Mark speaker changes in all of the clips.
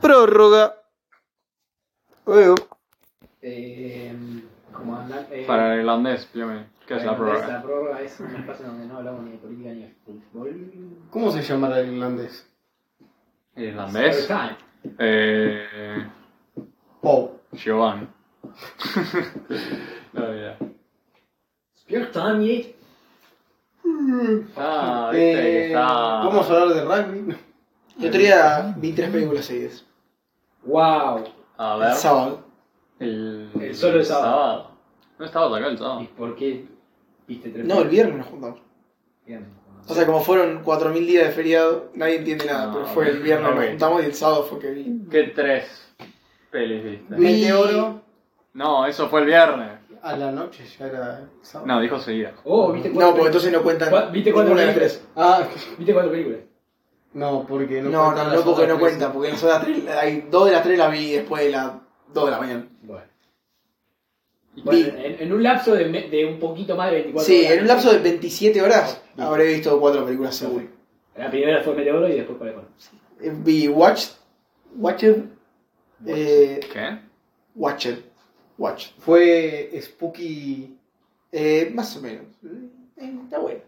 Speaker 1: Prórroga. Luego.
Speaker 2: Eh, como andar, eh,
Speaker 3: Para el irlandés, dígame, ¿qué es la
Speaker 2: bueno,
Speaker 3: prórroga?
Speaker 2: La prórroga es un espacio donde no hablamos ni de política ni de fútbol.
Speaker 4: ¿Cómo se llamará el irlandés?
Speaker 3: ¿El irlandés?
Speaker 2: Overtime.
Speaker 3: Eh,
Speaker 4: Pau.
Speaker 3: Giovanni. no, mira.
Speaker 2: Spare time, yeah.
Speaker 3: Ah, viste que
Speaker 4: Eh,
Speaker 3: está...
Speaker 4: ¿Vamos a hablar de rugby?
Speaker 1: El otro día vi tres películas seguidas.
Speaker 2: Wow.
Speaker 3: A
Speaker 4: El
Speaker 3: ver...
Speaker 4: sábado.
Speaker 3: El,
Speaker 2: El solo es sábado.
Speaker 3: No estabas acá el sábado.
Speaker 2: ¿Y por qué viste tres
Speaker 1: No, el viernes nos juntamos.
Speaker 2: Bien.
Speaker 1: O sea, como fueron 4.000 días de feriado, nadie entiende nada.
Speaker 3: Ah,
Speaker 1: pero fue el
Speaker 3: ok,
Speaker 1: viernes
Speaker 3: ok.
Speaker 1: nos juntamos y el sábado fue que vi.
Speaker 3: ¿Qué tres pelis viste?
Speaker 1: Vi-
Speaker 4: Meteoro
Speaker 3: No, eso fue el viernes.
Speaker 4: a la noche ya era el sábado.
Speaker 3: No, dijo seguida.
Speaker 2: Oh, viste
Speaker 1: No,
Speaker 2: cuatro
Speaker 1: porque entonces no
Speaker 2: ¿Cuá-
Speaker 1: cuentan.
Speaker 2: ¿Viste cuatro
Speaker 1: ninguna de las
Speaker 2: películas?
Speaker 1: tres.
Speaker 4: Ah,
Speaker 2: ¿Viste cuatro películas?
Speaker 4: no, porque no
Speaker 1: No,
Speaker 4: cuentan
Speaker 1: no,
Speaker 4: las
Speaker 1: no, porque
Speaker 4: otras
Speaker 1: no
Speaker 4: tres.
Speaker 1: cuentan. Porque las otras tres, hay dos de las tres las vi después de las 2 de la mañana.
Speaker 2: Bueno.
Speaker 1: Vi-
Speaker 2: en, en un lapso de, me- de un poquito más de 24
Speaker 1: Sí,
Speaker 2: horas.
Speaker 1: en un lapso de 27 horas
Speaker 4: Ah,
Speaker 1: habré visto cuatro películas seguro.
Speaker 2: La primera fue Meteoro y después Palermo.
Speaker 1: Eh, Vi Watch. Watcher. Eh,
Speaker 3: ¿Qué?
Speaker 1: Watcher. Watch.
Speaker 4: Fue Spooky.
Speaker 1: Eh, más o menos. Eh, está bueno.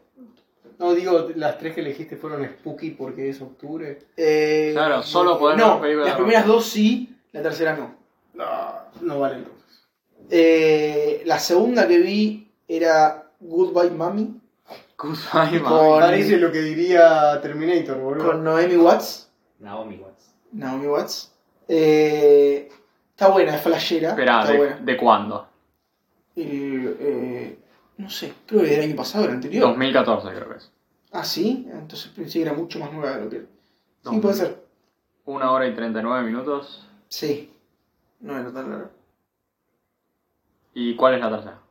Speaker 4: No, digo, las tres que elegiste fueron Spooky porque es octubre.
Speaker 1: Eh,
Speaker 3: Claro, solo podés
Speaker 1: No,
Speaker 3: ver películas
Speaker 1: las
Speaker 3: de
Speaker 1: primeras dos sí, la tercera no.
Speaker 4: No, no vale entonces.
Speaker 1: Eh, la segunda que vi era Goodbye Mommy
Speaker 3: Goodbye,
Speaker 1: Con-
Speaker 3: man.
Speaker 4: Parece lo que diría Terminator, boludo.
Speaker 1: con Naomi Watts.
Speaker 2: Naomi Watts.
Speaker 1: Naomi Watts. Eh, está buena, es flashera.
Speaker 3: Esperá,
Speaker 1: está
Speaker 3: de,
Speaker 1: buena.
Speaker 3: ¿de cuándo?
Speaker 1: El, eh, no sé, creo que del año pasado, el anterior.
Speaker 3: 2014 creo que es.
Speaker 1: Ah, sí, entonces pensé que era mucho más nueva de lo que era. Sí,
Speaker 3: Dos
Speaker 1: puede
Speaker 3: mil-
Speaker 1: ser.
Speaker 3: Una hora y 39 minutos.
Speaker 1: Sí. No era tan raro.
Speaker 3: ¿Y cuál es la tercera?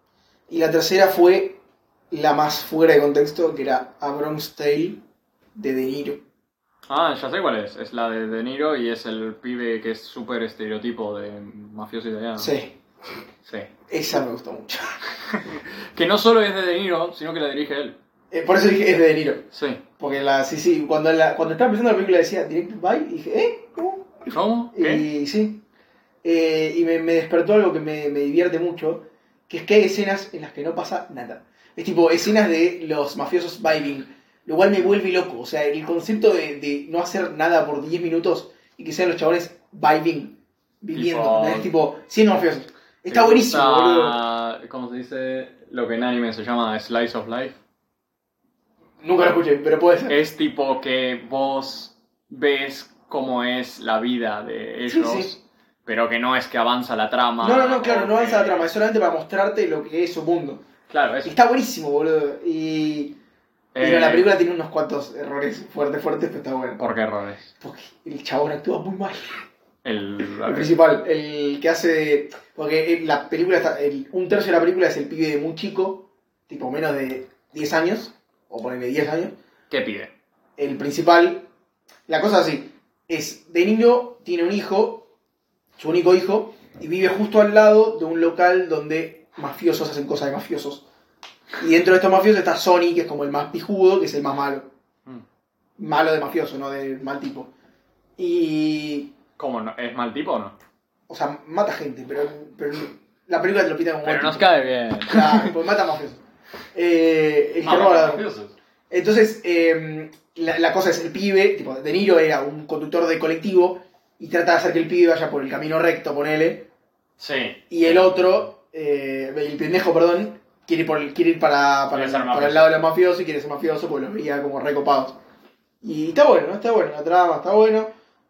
Speaker 1: Y la tercera fue la más fuera de contexto, que era A Bronx Tale de De Niro.
Speaker 3: Ah, ya sé cuál es. Es la de De Niro y es el pibe que es súper estereotipo de mafioso italiano.
Speaker 1: Sí,
Speaker 3: Sí.
Speaker 1: esa me gustó mucho.
Speaker 3: Que no solo es de De Niro, sino que la dirige él.
Speaker 1: Eh, por eso dije, es de De Niro.
Speaker 3: Sí.
Speaker 1: Porque la, sí, sí, cuando, la, cuando estaba empezando la película decía Direct by, y dije, ¿eh? ¿Cómo?
Speaker 3: ¿Cómo? ¿Qué?
Speaker 1: Y sí. Eh, y me, me despertó algo que me, me divierte mucho, que es que hay escenas en las que no pasa nada. Es tipo escenas de los mafiosos vibing, lo cual me vuelve loco. O sea, el concepto de, de no hacer nada por 10 minutos y que sean los chabones vibing, viviendo.
Speaker 3: Tipo-
Speaker 1: ¿entendés? tipo siendo mafiosos. Está
Speaker 3: ¿Te
Speaker 1: buenísimo,
Speaker 3: gusta,
Speaker 1: boludo.
Speaker 3: ¿Cómo se dice? Lo que en anime se llama Slice of Life.
Speaker 1: Nunca lo escuché, pero puede ser.
Speaker 3: Es tipo que vos ves cómo es la vida de
Speaker 1: Sí,
Speaker 3: ellos,
Speaker 1: sí.
Speaker 3: pero que no es que avanza la trama.
Speaker 1: No, no, no,
Speaker 3: o
Speaker 1: claro, no avanza
Speaker 3: que-
Speaker 1: la trama, es solamente para mostrarte lo que es su mundo.
Speaker 3: Claro, eso.
Speaker 1: Está buenísimo, boludo. Y, y
Speaker 3: Eh,
Speaker 1: no, la película tiene unos cuantos errores fuertes, fuertes, pero está bueno.
Speaker 3: ¿Por qué errores?
Speaker 1: Porque el chabón actúa muy mal.
Speaker 3: El,
Speaker 1: El principal, el que hace. de- Porque el- la película está. el- un tercio de la película es el pibe muy chico, tipo menos de 10 años, o ponele 10 años.
Speaker 3: ¿Qué pide?
Speaker 1: El principal. La cosa así: es De Niro tiene un hijo, su único hijo, y vive justo al lado de un local donde mafiosos hacen cosas de mafiosos. Y dentro de estos mafiosos está Sony, que es como el más pijudo, que es el más malo.
Speaker 3: Mm.
Speaker 1: Malo de mafioso, no de mal tipo. Y
Speaker 3: ¿Cómo? No? ¿Es mal tipo o no?
Speaker 1: O sea, mata gente, pero, pero la película te lo pinta como
Speaker 3: Pero
Speaker 1: buen
Speaker 3: nos
Speaker 1: tipo.
Speaker 3: cae bien.
Speaker 1: Claro, pues mata mafiosos. Eh, el que roba la- Entonces, eh, la, la cosa es, el pibe, tipo, De Niro era un conductor de colectivo y trata de hacer que el pibe vaya por el camino recto, ponele,
Speaker 3: Sí.
Speaker 1: y el otro, eh, el pendejo, perdón, quiere, ir por el- quiere ir para, para,
Speaker 3: Quiere ser
Speaker 1: para
Speaker 3: mafioso.
Speaker 1: el lado de los mafiosos y quiere ser mafioso porque los veía como recopados. Y está bueno, ¿no? está bueno, la trama está bueno.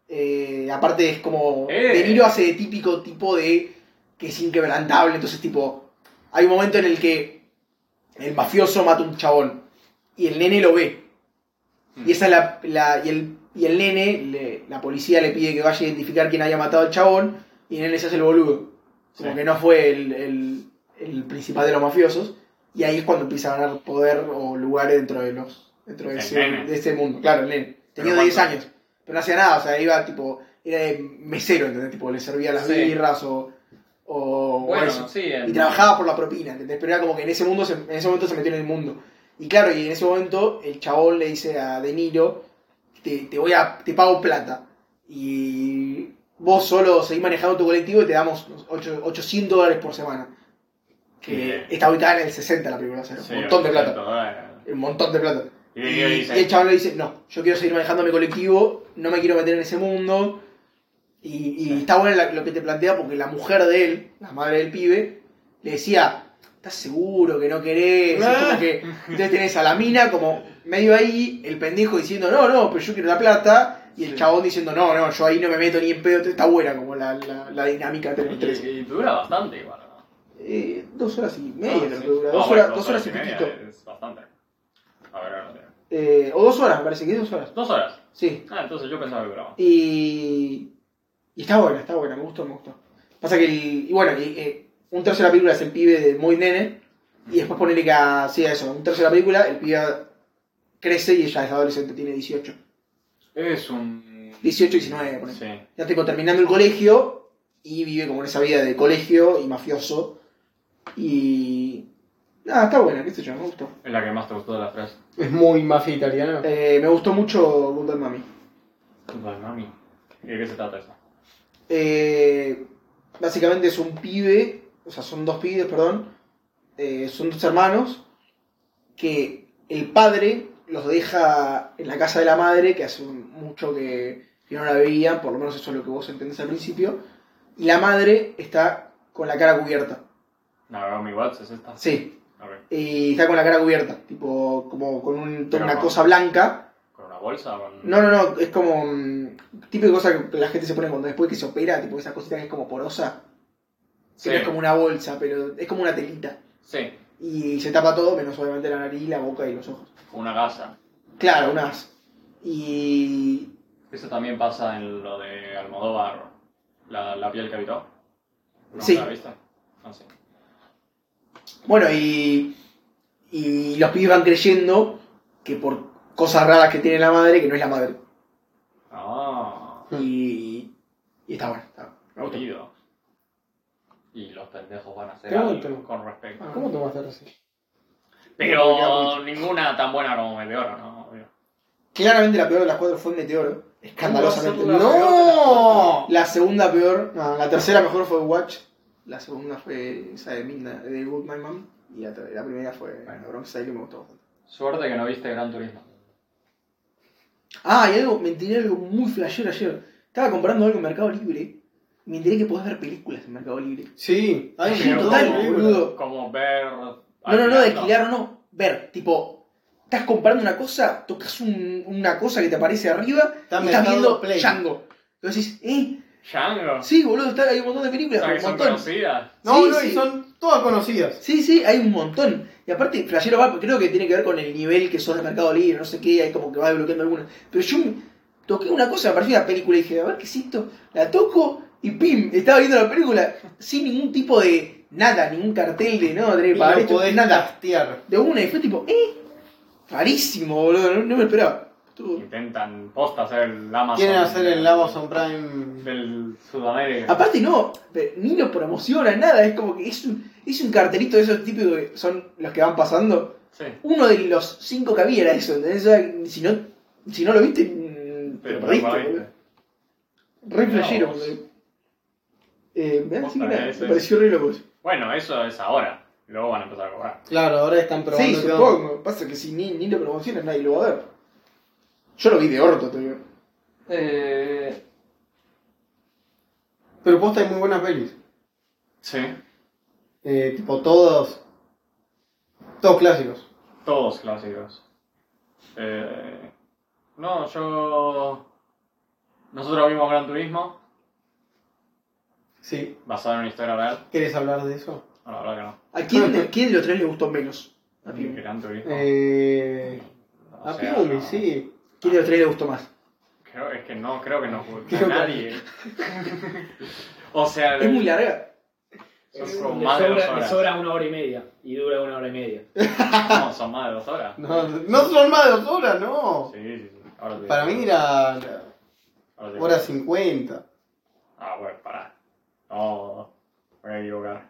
Speaker 1: Eh, aparte es como...
Speaker 3: Eh.
Speaker 1: De Niro hace de típico tipo de... que es inquebrantable, entonces tipo... Hay un momento en el que el mafioso mata a un chabón y el nene lo ve.
Speaker 3: Mm.
Speaker 1: Y esa es la, la- y, el, y el nene, le- la policía le pide que vaya a identificar quién haya matado al chabón y el nene se hace el boludo. Como
Speaker 3: Sí.
Speaker 1: que no fue el, el- el principal de los mafiosos. Y ahí es cuando empieza a ganar poder o lugares dentro de los dentro de,
Speaker 3: El
Speaker 1: ese,
Speaker 3: nene.
Speaker 1: de ese mundo. Claro, el nene. Tenía
Speaker 3: Pero
Speaker 1: 10
Speaker 3: cuánto-
Speaker 1: años, pero no hacía nada, o sea, iba tipo, era de mesero, ¿entendés? Tipo, le servía las
Speaker 3: Sí.
Speaker 1: birras o, o- o eso.
Speaker 3: sí.
Speaker 1: Y trabajaba por la propina, ¿entendés? Pero era como que en ese, mundo se- en ese momento se metió en el mundo. Y claro, y en ese momento el chabón le dice a De Niro, te, te voy a, te pago plata. Y vos solo seguís manejando tu colectivo y te damos ocho- 800 dólares por semana. Que
Speaker 5: Bien.
Speaker 1: está ubicada en el 60 la película, o sea, un montón de plata. Un montón de plata.
Speaker 5: Y,
Speaker 1: Y,
Speaker 5: el tío dice,
Speaker 1: y el chaval le dice, no, yo quiero seguir manejando mi colectivo, no me quiero meter en ese mundo. Y, y está bueno la- lo que te plantea porque la mujer de él, la madre del pibe, le decía, ¿estás seguro que no querés? Es como que, entonces tenés a la mina como medio ahí, el pendejo diciendo, no, no, pero yo quiero la plata. Y el
Speaker 4: Sí.
Speaker 1: chabón diciendo, no, no, yo ahí no me meto ni en pedo. Entonces, Está buena como la, la, la dinámica entre los tres.
Speaker 3: Y, y dura bastante igual, ¿no?
Speaker 1: Eh, dos horas y media,
Speaker 3: Ah,
Speaker 1: creo
Speaker 3: sí.
Speaker 1: que dura,
Speaker 3: Ah,
Speaker 1: dos,
Speaker 3: bueno,
Speaker 1: horas, dos horas y
Speaker 3: media
Speaker 1: poquito.
Speaker 3: Es bastante. A ver, ahora lo tengo.
Speaker 1: Eh, o dos horas, me parece que es dos horas.
Speaker 3: Dos horas.
Speaker 1: Sí,
Speaker 3: Ah, entonces yo pensaba que duraba.
Speaker 1: Y, y está buena, está buena, me gustó, me gustó. Pasa que, el- y bueno, y, eh, un tercio de la película es el pibe de muy nene, y después ponerle que hacía eso, un tercio de la película, el pibe crece y ella es adolescente, tiene 18.
Speaker 3: Es un.
Speaker 1: 18, 19, ponele.
Speaker 3: Sí.
Speaker 1: Ya tipo terminando el colegio y vive como en esa vida de colegio y mafioso. Y. Nada, está buena, qué sé yo, me gustó.
Speaker 3: Es la que más te gustó de las tres.
Speaker 4: Es muy mafia italiana.
Speaker 1: Eh, me gustó mucho Good Bad Mami.
Speaker 3: Vale, mami. ¿Y de qué se trata eso?
Speaker 1: Eh, básicamente es un pibe, o sea, son dos pibes, perdón, eh, son dos hermanos que el padre los deja en la casa de la madre, que hace un- mucho que, que no la veían, por lo menos eso es lo que vos entendés al principio, y la madre está con la cara cubierta,
Speaker 3: Naomi Watts es esta.
Speaker 1: sí,
Speaker 3: Ok.
Speaker 1: y está con la cara cubierta, tipo como con un- toda
Speaker 3: Pero
Speaker 1: una
Speaker 3: no.
Speaker 1: cosa blanca,
Speaker 3: ¿Con una bolsa? o Con...
Speaker 1: No, no, no, es como. mm, típica cosa que la gente se pone cuando después que se opera, tipo esa cosita que es como porosa.
Speaker 3: Sí.
Speaker 1: Que no es como una bolsa, pero es como una telita.
Speaker 3: Sí,
Speaker 1: Y se tapa todo, menos obviamente la nariz, la boca y los ojos.
Speaker 3: con una gasa.
Speaker 1: Claro, unas. Y.
Speaker 3: Eso también pasa en lo de Almodóvar. La, la piel que habitó. ¿No
Speaker 1: Sí.
Speaker 3: la viste? Ah, sí.
Speaker 1: Bueno, y. Y los pibes van creyendo que por cosas raras que tiene la madre, que no es la madre.
Speaker 3: Ah.
Speaker 4: Hmm.
Speaker 1: Y. Y está bueno, está bueno. Me gustó.
Speaker 3: jodido. Y los pendejos van a hacer
Speaker 4: Creo
Speaker 3: algo
Speaker 4: que tengo-
Speaker 3: con respecto.
Speaker 4: Ah, ¿Cómo tomaste recién?
Speaker 3: Pero ninguna tan buena como Meteoro, ¿no? Obvio.
Speaker 1: Claramente la peor de las cuatro fue Meteoro. Escandalosamente.
Speaker 4: ¿Cómo va a ser la peor
Speaker 1: La segunda peor.
Speaker 4: No.
Speaker 1: La tercera mejor fue Watch. La segunda fue esa de Midnight, de Good My Mom. Y la, ter- la primera fue bueno. Bronx Tale, que me gustó bastante.
Speaker 3: Suerte que no viste Gran Turismo.
Speaker 1: Ah, y algo, me enteré de algo muy flashero ayer. Estaba comprando algo en Mercado Libre. y Me enteré que podés ver películas en Mercado Libre.
Speaker 4: Sí, hay
Speaker 1: Sí,
Speaker 4: montón
Speaker 1: total,
Speaker 4: de películas.
Speaker 1: boludo.
Speaker 3: Como ver. Ah, No,
Speaker 1: No, no, no, de alquilar, no, no. Ver, tipo, estás comprando una cosa, tocas un- una cosa que te aparece arriba
Speaker 4: Está
Speaker 1: y estás
Speaker 4: Mercado
Speaker 1: viendo
Speaker 4: Play.
Speaker 1: Django. Y vos decís, eh,
Speaker 3: Django.
Speaker 1: sí, boludo, está, hay un montón de
Speaker 3: O
Speaker 1: películas,
Speaker 3: sea, que
Speaker 1: un
Speaker 3: son
Speaker 1: montón.
Speaker 3: conocidas.
Speaker 4: No,
Speaker 1: Sí,
Speaker 4: no,
Speaker 1: sí.
Speaker 4: y son todas conocidas.
Speaker 1: Sí, sí, hay un montón. Y aparte, flashero va, creo que tiene que ver con el nivel que sos de Mercado Libre, no sé qué, hay como que va desbloqueando algunas. Pero yo me- toqué una cosa, me pareció una película y dije, a ver qué es esto. La toco y pim, estaba viendo la película sin ningún tipo de nada, ningún cartel de no,
Speaker 4: Y
Speaker 1: tenés que pagar
Speaker 4: no
Speaker 1: esto,
Speaker 4: podés
Speaker 1: nada.
Speaker 4: castear.
Speaker 1: De una y fue tipo, ¿eh? Rarísimo, boludo, no, no me lo esperaba. Estuvo-
Speaker 3: Intentan posta hacer el Amazon.
Speaker 4: Quieren hacer el Amazon
Speaker 3: del-
Speaker 4: Prime.
Speaker 3: Del Sudamérica.
Speaker 1: Aparte no, pe- ni lo promociona, nada, es como que es un, es un cartelito de esos típicos que son los que van pasando.
Speaker 3: Sí.
Speaker 1: uno de los cinco que había era eso, ¿entendés? O sea, si no, si no lo viste, mm, te
Speaker 3: Pero
Speaker 1: lo
Speaker 3: no
Speaker 1: perdiste,
Speaker 3: viste.
Speaker 1: boludo. Re
Speaker 3: Mirá
Speaker 1: flashero,
Speaker 3: vos.
Speaker 1: boludo. Eh, me,
Speaker 3: Vos
Speaker 1: así que nada,
Speaker 3: tenés
Speaker 1: me
Speaker 3: eso.
Speaker 1: pareció re loco.
Speaker 3: Bueno, eso es ahora. Luego van a empezar a cobrar.
Speaker 4: Claro, ahora están
Speaker 1: Sí,
Speaker 4: probando. todo.
Speaker 1: supongo. Pasa que si ni, ni lo promocionas, nadie lo va a ver. Yo lo vi de orto, te digo.
Speaker 3: Eh.
Speaker 4: Pero posta hay muy buenas pelis.
Speaker 3: Sí.
Speaker 4: Eh, tipo, todos. Todos clásicos.
Speaker 3: Todos clásicos. Eh, no, yo. Nosotros vimos Gran Turismo,
Speaker 4: Sí.
Speaker 3: basado en una historia real.
Speaker 4: ¿Querés hablar de eso?
Speaker 3: No, la verdad
Speaker 1: ¿A quién, de- quién de los tres le gustó menos?
Speaker 3: que
Speaker 1: A
Speaker 3: no.
Speaker 1: Piumi.
Speaker 3: Gran Turismo.
Speaker 4: Eh.
Speaker 3: o
Speaker 4: A
Speaker 3: sea,
Speaker 4: Piumi,
Speaker 3: no.
Speaker 4: sí.
Speaker 1: ¿Quién de los tres le gustó más?
Speaker 3: Creo, es que no, creo que no fue
Speaker 4: Creo que-
Speaker 3: nadie. o sea,
Speaker 1: Es muy larga.
Speaker 3: son como
Speaker 2: Le
Speaker 3: más de dos
Speaker 2: sobra, le
Speaker 3: horas.
Speaker 2: sobra una hora y media. Y dura una hora y media.
Speaker 3: No, son más de dos horas.
Speaker 4: No, no son más de dos horas, no.
Speaker 3: Sí, sí, sí. Ahora te digo.
Speaker 4: Para mí era la-
Speaker 3: Ahora te digo.
Speaker 4: hora 50.
Speaker 3: Ah, bueno, pará. No, me voy a equivocar.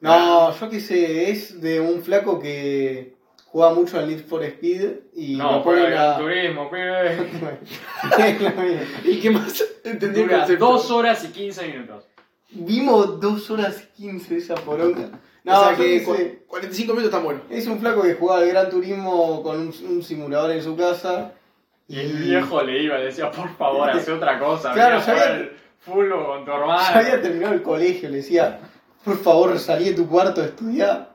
Speaker 4: No, yo qué sé, es de un flaco que Juega mucho al Need for Speed y
Speaker 3: No,
Speaker 4: lo ponen
Speaker 3: pero
Speaker 4: a.
Speaker 3: turismo, pibe.
Speaker 4: Es lo mismo.
Speaker 1: ¿Y qué más? Entendí el
Speaker 3: Dura
Speaker 1: concepto.
Speaker 3: dos horas y 15 minutos.
Speaker 4: Vimos 2 horas 15 esa poronga. No,
Speaker 1: o sea
Speaker 4: yo
Speaker 1: que
Speaker 4: qué
Speaker 1: cua-
Speaker 4: sé.
Speaker 1: 45 minutos está bueno.
Speaker 4: Es un flaco que jugaba al Gran Turismo con un, un simulador en su casa.
Speaker 3: Y el viejo le iba, le decía, por favor, haz otra cosa.
Speaker 4: Claro,
Speaker 3: Claro,
Speaker 4: ya había-
Speaker 3: el fulbo con tu
Speaker 4: Ya había
Speaker 3: hermano.
Speaker 4: terminado el colegio, le decía, por favor salí de tu cuarto, estudiá.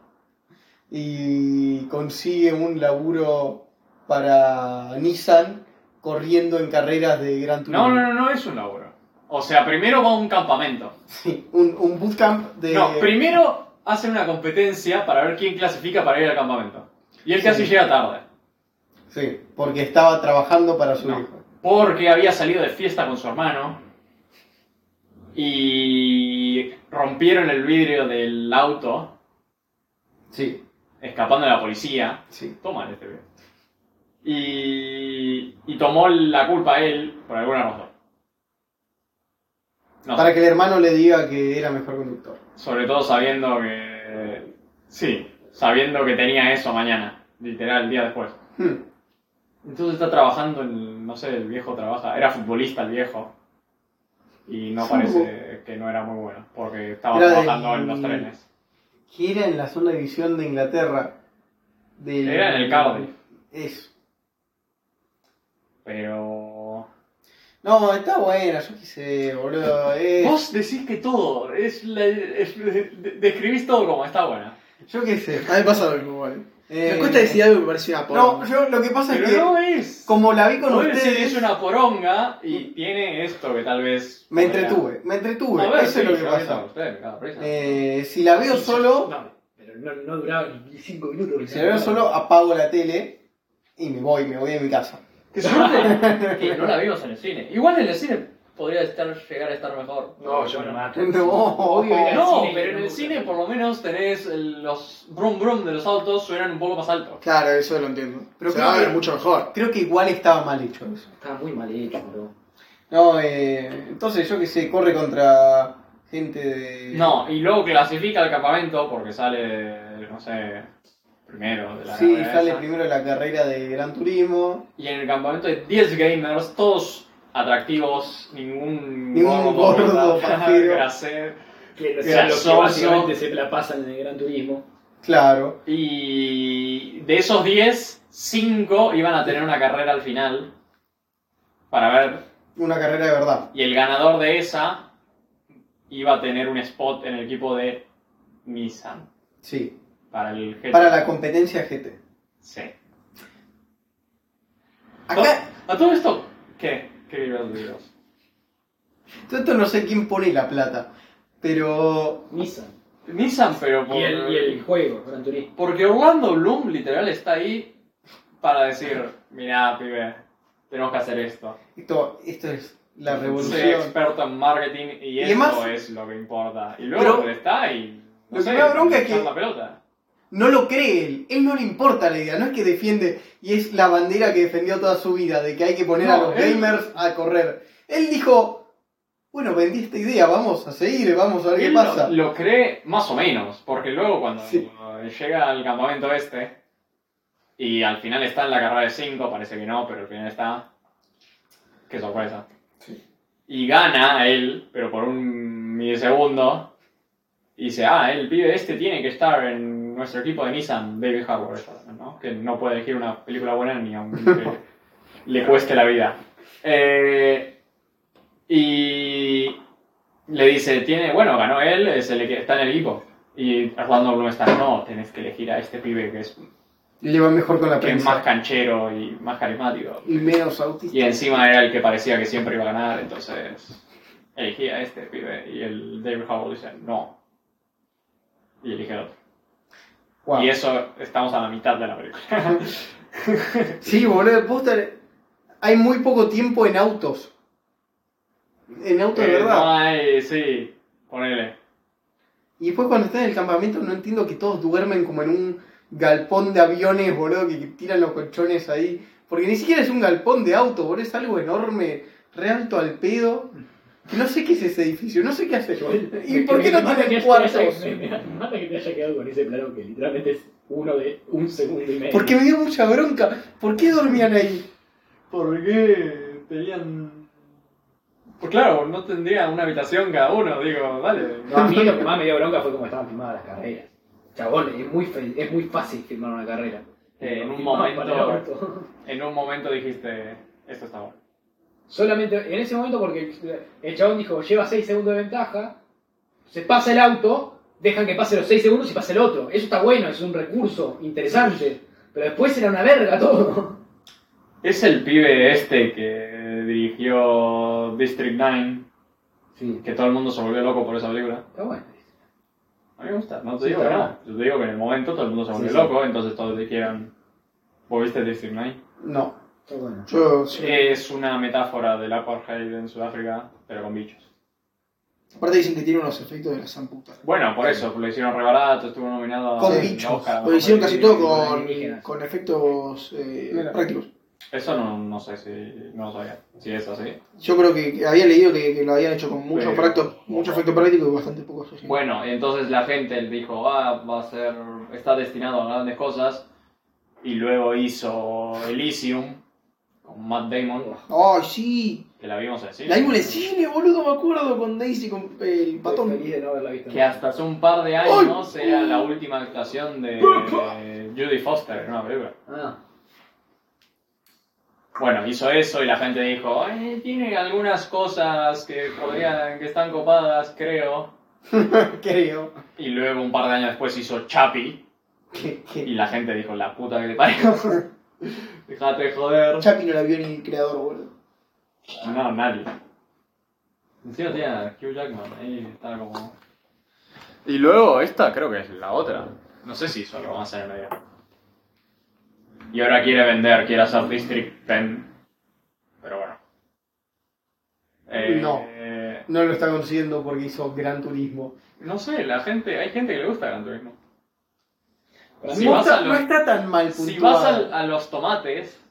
Speaker 4: Y consigue un laburo para Nissan corriendo en carreras de Gran Turismo.
Speaker 3: No, no, no, no es un laburo. O sea, primero va a un campamento.
Speaker 4: Sí, un, un bootcamp de...
Speaker 3: No, primero hacen una competencia para ver quién clasifica para ir al campamento. Y él casi
Speaker 4: Sí.
Speaker 3: llega tarde.
Speaker 4: Sí, porque estaba trabajando para su
Speaker 3: No.
Speaker 4: hijo.
Speaker 3: Porque había salido de fiesta con su hermano. Y rompieron el vidrio del auto,
Speaker 4: Sí,
Speaker 3: escapando de la policía.
Speaker 4: sí.
Speaker 3: Toma este video. Y, y tomó la culpa él por alguna razón. No,
Speaker 4: Para que el hermano le diga que era mejor conductor.
Speaker 3: sobre todo sabiendo que... Sí, sabiendo que tenía eso mañana, literal, el día después.
Speaker 4: Hmm.
Speaker 3: Entonces está trabajando en, no sé, el viejo trabaja, era futbolista el viejo. Y no parece que no era muy bueno, porque estaba
Speaker 4: Era
Speaker 3: trabajando
Speaker 4: del-
Speaker 3: en los trenes.
Speaker 4: que era en la zona de división de Inglaterra. Del,
Speaker 3: Era en el Cardiff.
Speaker 4: Eso.
Speaker 3: Pero...
Speaker 4: No, está buena, yo qué sé, boludo. eh.
Speaker 3: Vos decís que todo, es la- es- de- describís todo como está buena.
Speaker 4: Yo qué sé.
Speaker 1: A mí me pasa lo mismo, vale.
Speaker 4: eh.
Speaker 1: Me cuesta decir algo que me parece una porra.
Speaker 4: No, yo lo que pasa
Speaker 3: Pero
Speaker 4: es que,
Speaker 3: no es.
Speaker 4: como la vi con
Speaker 3: Podés
Speaker 4: ustedes,
Speaker 3: decir, es una poronga y tiene esto que tal vez...
Speaker 4: me entretuve, me entretuve.
Speaker 3: A ver,
Speaker 4: eso es lo
Speaker 3: sí,
Speaker 4: que
Speaker 3: ya ves a
Speaker 4: pasa.
Speaker 3: usted, cada prisa.
Speaker 4: Eh, si la veo solo,
Speaker 2: No, pero no, no duraba ni 5 minutos.
Speaker 4: si la veo solo, apago la tele y me voy, me voy de mi casa.
Speaker 5: Qué suerte que no la vimos en el cine. Igual en el cine podría estar, llegar a estar mejor.
Speaker 2: No, yo me mato.
Speaker 4: No,
Speaker 2: Odio ir al
Speaker 3: No,
Speaker 2: cine y
Speaker 3: pero
Speaker 2: no
Speaker 3: en
Speaker 2: me
Speaker 3: el
Speaker 2: gusta.
Speaker 3: cine por lo menos tenés el- los brum brum de los autos suenan un poco más alto.
Speaker 1: Claro, eso lo entiendo.
Speaker 4: Pero
Speaker 1: Pero Se
Speaker 4: creo
Speaker 1: va a ver
Speaker 4: que-
Speaker 1: mucho mejor.
Speaker 4: Creo que igual estaba mal hecho eso.
Speaker 2: Estaba muy mal hecho, bro.
Speaker 4: No, eh, entonces yo qué sé, corre contra gente de...
Speaker 3: No, y luego clasifica al campamento porque sale, no sé, primero de la
Speaker 4: Sí,
Speaker 3: carrera
Speaker 4: sale
Speaker 3: esa.
Speaker 4: primero la carrera de Gran Turismo.
Speaker 3: Y en el campamento hay 10 gamers, todos atractivos, ningún,
Speaker 4: Ningún gordo, pajero.
Speaker 3: grasero.
Speaker 2: Que, o sea, los que
Speaker 3: Grasoso.
Speaker 2: básicamente se la pasan en el Gran Turismo.
Speaker 4: Claro.
Speaker 3: Y de esos 10, 5 iban a tener una carrera al final para ver
Speaker 4: Una carrera de verdad.
Speaker 3: Y el ganador de esa iba a tener un spot en el equipo de Nissan
Speaker 4: Sí.
Speaker 3: para el GT.
Speaker 4: Para la competencia GT.
Speaker 3: Sí.
Speaker 4: Acá,
Speaker 3: ¿A todo esto qué? ¿Qué ibas a decir vos? Oh.
Speaker 4: yo esto no sé quién pone la plata. Pero...
Speaker 2: Nissan.
Speaker 3: Nissan, pero por-
Speaker 2: Y el, y el juego, Gran Turismo.
Speaker 3: porque Orlando Bloom literal está ahí para decir, mirá, pibe, tenemos que hacer esto.
Speaker 4: Esto, esto es la
Speaker 3: Soy
Speaker 4: revolución.
Speaker 3: experto en marketing y,
Speaker 4: Y
Speaker 3: eso
Speaker 4: además-
Speaker 3: es lo que importa. Y luego
Speaker 4: Pero-
Speaker 3: está y...
Speaker 4: lo
Speaker 3: no
Speaker 4: que
Speaker 3: sé,
Speaker 4: me da bronca es
Speaker 3: echar
Speaker 4: que-
Speaker 3: La pelota.
Speaker 4: No lo cree él. Él no le importa la idea. No es que defiende... Y es la bandera que defendió toda su vida. De que hay que poner a
Speaker 3: No,
Speaker 4: los
Speaker 3: él-
Speaker 4: gamers a correr. Él dijo... Bueno, vendí esta idea. Vamos a seguir. Vamos a ver qué
Speaker 3: Él
Speaker 4: pasa.
Speaker 3: Lo, lo cree más o menos, porque luego cuando
Speaker 4: Sí.
Speaker 3: llega al campamento este, y al final está en la carrera de 5, parece que no, pero al final está. Qué sorpresa. Y gana él, pero por un milisegundo, y dice, ah, el pibe este tiene que estar en nuestro equipo de Nissan, David Harbour, ¿no? Que no puede elegir una película buena ni aunque le cueste la vida. Eh, y le dice, tiene, bueno, ganó él, es el que está en el equipo. Y Orlando Bloom está, no, tenés que elegir a este pibe que es,
Speaker 4: Le va mejor con la
Speaker 3: que es
Speaker 4: prensa.
Speaker 3: más canchero y más carismático.
Speaker 4: Y menos autista.
Speaker 3: Y encima era el que parecía que siempre iba a ganar, entonces elegí a este pibe. Y el David Howell dice, no. Y elige al otro.
Speaker 4: Wow.
Speaker 3: Y eso, estamos a la mitad de la película.
Speaker 4: Sí, boludo, posta, Hay muy poco tiempo en autos. En autos, de
Speaker 3: Eh,
Speaker 4: verdad.
Speaker 3: no hay, sí, ponele.
Speaker 4: Y después cuando están en el campamento no entiendo que todos duermen como en un galpón de aviones, boludo, que, que tiran los colchones ahí. Porque ni siquiera es un galpón de autos, boludo, es algo enorme, re alto al pedo. Que no sé qué es ese edificio, no sé
Speaker 3: eh,
Speaker 4: qué hace. ¿Y por qué no
Speaker 2: Me mata que
Speaker 4: tienen
Speaker 2: te haya-
Speaker 3: este
Speaker 4: cuartos?
Speaker 2: Me me mata que te haya quedado con ese plano que literalmente es uno de un segundo y medio.
Speaker 4: Porque me dio mucha bronca. ¿Por qué dormían ahí?
Speaker 3: ¿Por qué tenían.? Pues claro, no tendría una habitación cada uno, digo, dale.
Speaker 2: No, a mí lo que más me dio bronca fue como estaban filmadas las carreras. Chabón, es muy, fe- es muy fácil filmar una carrera.
Speaker 3: Eh, en un
Speaker 2: Filmaban para el
Speaker 3: momento-
Speaker 2: orto.
Speaker 3: En un momento dijiste, esto está bueno.
Speaker 2: Solamente en ese momento porque el, el chabón dijo, lleva 6 segundos de ventaja, se pasa el auto, dejan que pase los 6 segundos y pasa el otro. Eso está bueno, es un recurso interesante. Pero después era una verga todo.
Speaker 3: Es el pibe este que dirigió District 9,
Speaker 2: Sí,
Speaker 3: que todo el mundo se volvió loco por esa película.
Speaker 2: está bueno.
Speaker 3: A mí me gusta, no te
Speaker 2: Sí,
Speaker 3: digo que
Speaker 2: está
Speaker 3: no. Yo te digo que en el momento todo el mundo se volvió
Speaker 2: Sí, sí.
Speaker 3: loco, entonces todos dijeron, ¿vos viste District 9?
Speaker 4: No.
Speaker 2: Está bueno.
Speaker 1: Yo, sí.
Speaker 3: Es una metáfora del apartheid en Sudáfrica, pero con bichos.
Speaker 1: Aparte dicen que tiene unos efectos de la san puta.
Speaker 3: Bueno, por eso, lo hicieron rebarato, estuvo nominado a-
Speaker 1: Con
Speaker 3: a
Speaker 1: bichos.
Speaker 3: Oscar, a
Speaker 1: Lo hicieron
Speaker 3: mejor
Speaker 1: casi
Speaker 3: película.
Speaker 1: todo con,
Speaker 2: alienígenas.
Speaker 1: con efectos eh,
Speaker 4: Mira.
Speaker 1: prácticos.
Speaker 3: Eso no, no sé si. No lo sabía. Si es así.
Speaker 1: Yo creo que que había leído que, que lo habían hecho con muchos
Speaker 3: Pero-
Speaker 1: prácticos, mucho efecto práctico y bastante pocos. efectos.
Speaker 3: Bueno, entonces la gente dijo, ah, va a ser. Está destinado a grandes cosas. Y luego hizo Elysium con Matt Damon,
Speaker 1: ¡Ay, sí!
Speaker 3: que la vimos en cine.
Speaker 1: La vimos en el cine, boludo, me acuerdo, con Daisy, con el
Speaker 2: Estoy
Speaker 1: patón.
Speaker 2: feliz de no haberla visto.
Speaker 3: Que hasta hace un par de años era la última actuación de, de Judy Foster en una película.
Speaker 2: Ah,
Speaker 3: Bueno, hizo eso y la gente dijo, "Eh, tiene algunas cosas que podrían, que están copadas, creo.
Speaker 4: Creo.
Speaker 3: Y luego un par de años después hizo Chapi
Speaker 4: Que, que-
Speaker 3: y la gente dijo, la puta que te parió. Déjate de joder.
Speaker 1: Chapi no la vio ni el creador, boludo.
Speaker 3: No, nadie. Encima tiene a Hugh Jackman, ahí está como... Y luego esta creo que es la otra. No sé si hizo algo más en el medio. Y ahora quiere vender, quiere hacer District 10. Pero bueno.
Speaker 4: No.
Speaker 3: eh,
Speaker 4: no lo está consiguiendo porque hizo gran turismo.
Speaker 3: No sé, la gente, hay gente que le gusta Gran Turismo. Si
Speaker 4: no,
Speaker 3: vas
Speaker 4: está,
Speaker 3: a
Speaker 4: no
Speaker 3: los,
Speaker 4: está tan mal
Speaker 3: si
Speaker 4: puntuado.
Speaker 3: vas al- a los tomates,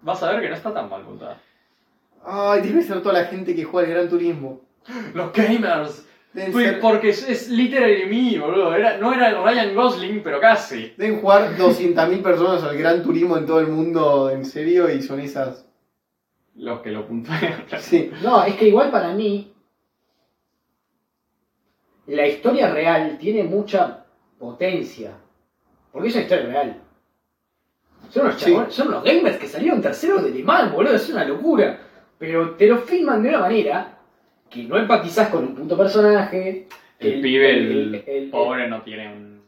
Speaker 3: vas a ver que no está tan mal puntada.
Speaker 4: Ay, debe ser toda la gente que juega al gran turismo.
Speaker 3: Los gamers.
Speaker 4: Deben,
Speaker 3: Uy,
Speaker 4: ser-
Speaker 3: porque es, es literally me, boludo. Era, no era el Ryan Gosling, pero casi.
Speaker 4: deben jugar 200.000 personas al gran turismo en todo el mundo, en serio, y son esas.
Speaker 3: Los que lo puntean.
Speaker 4: Sí.
Speaker 2: No, es que igual para mí la historia real tiene mucha potencia. Porque es una historia real. Son los,
Speaker 4: Sí.
Speaker 2: son los gamers que salieron terceros del imán, boludo, es una locura. Pero te lo filman de una manera que no empatizás con un puto personaje. que
Speaker 3: El pibe, el,
Speaker 2: el- el-
Speaker 3: pobre, no tiene un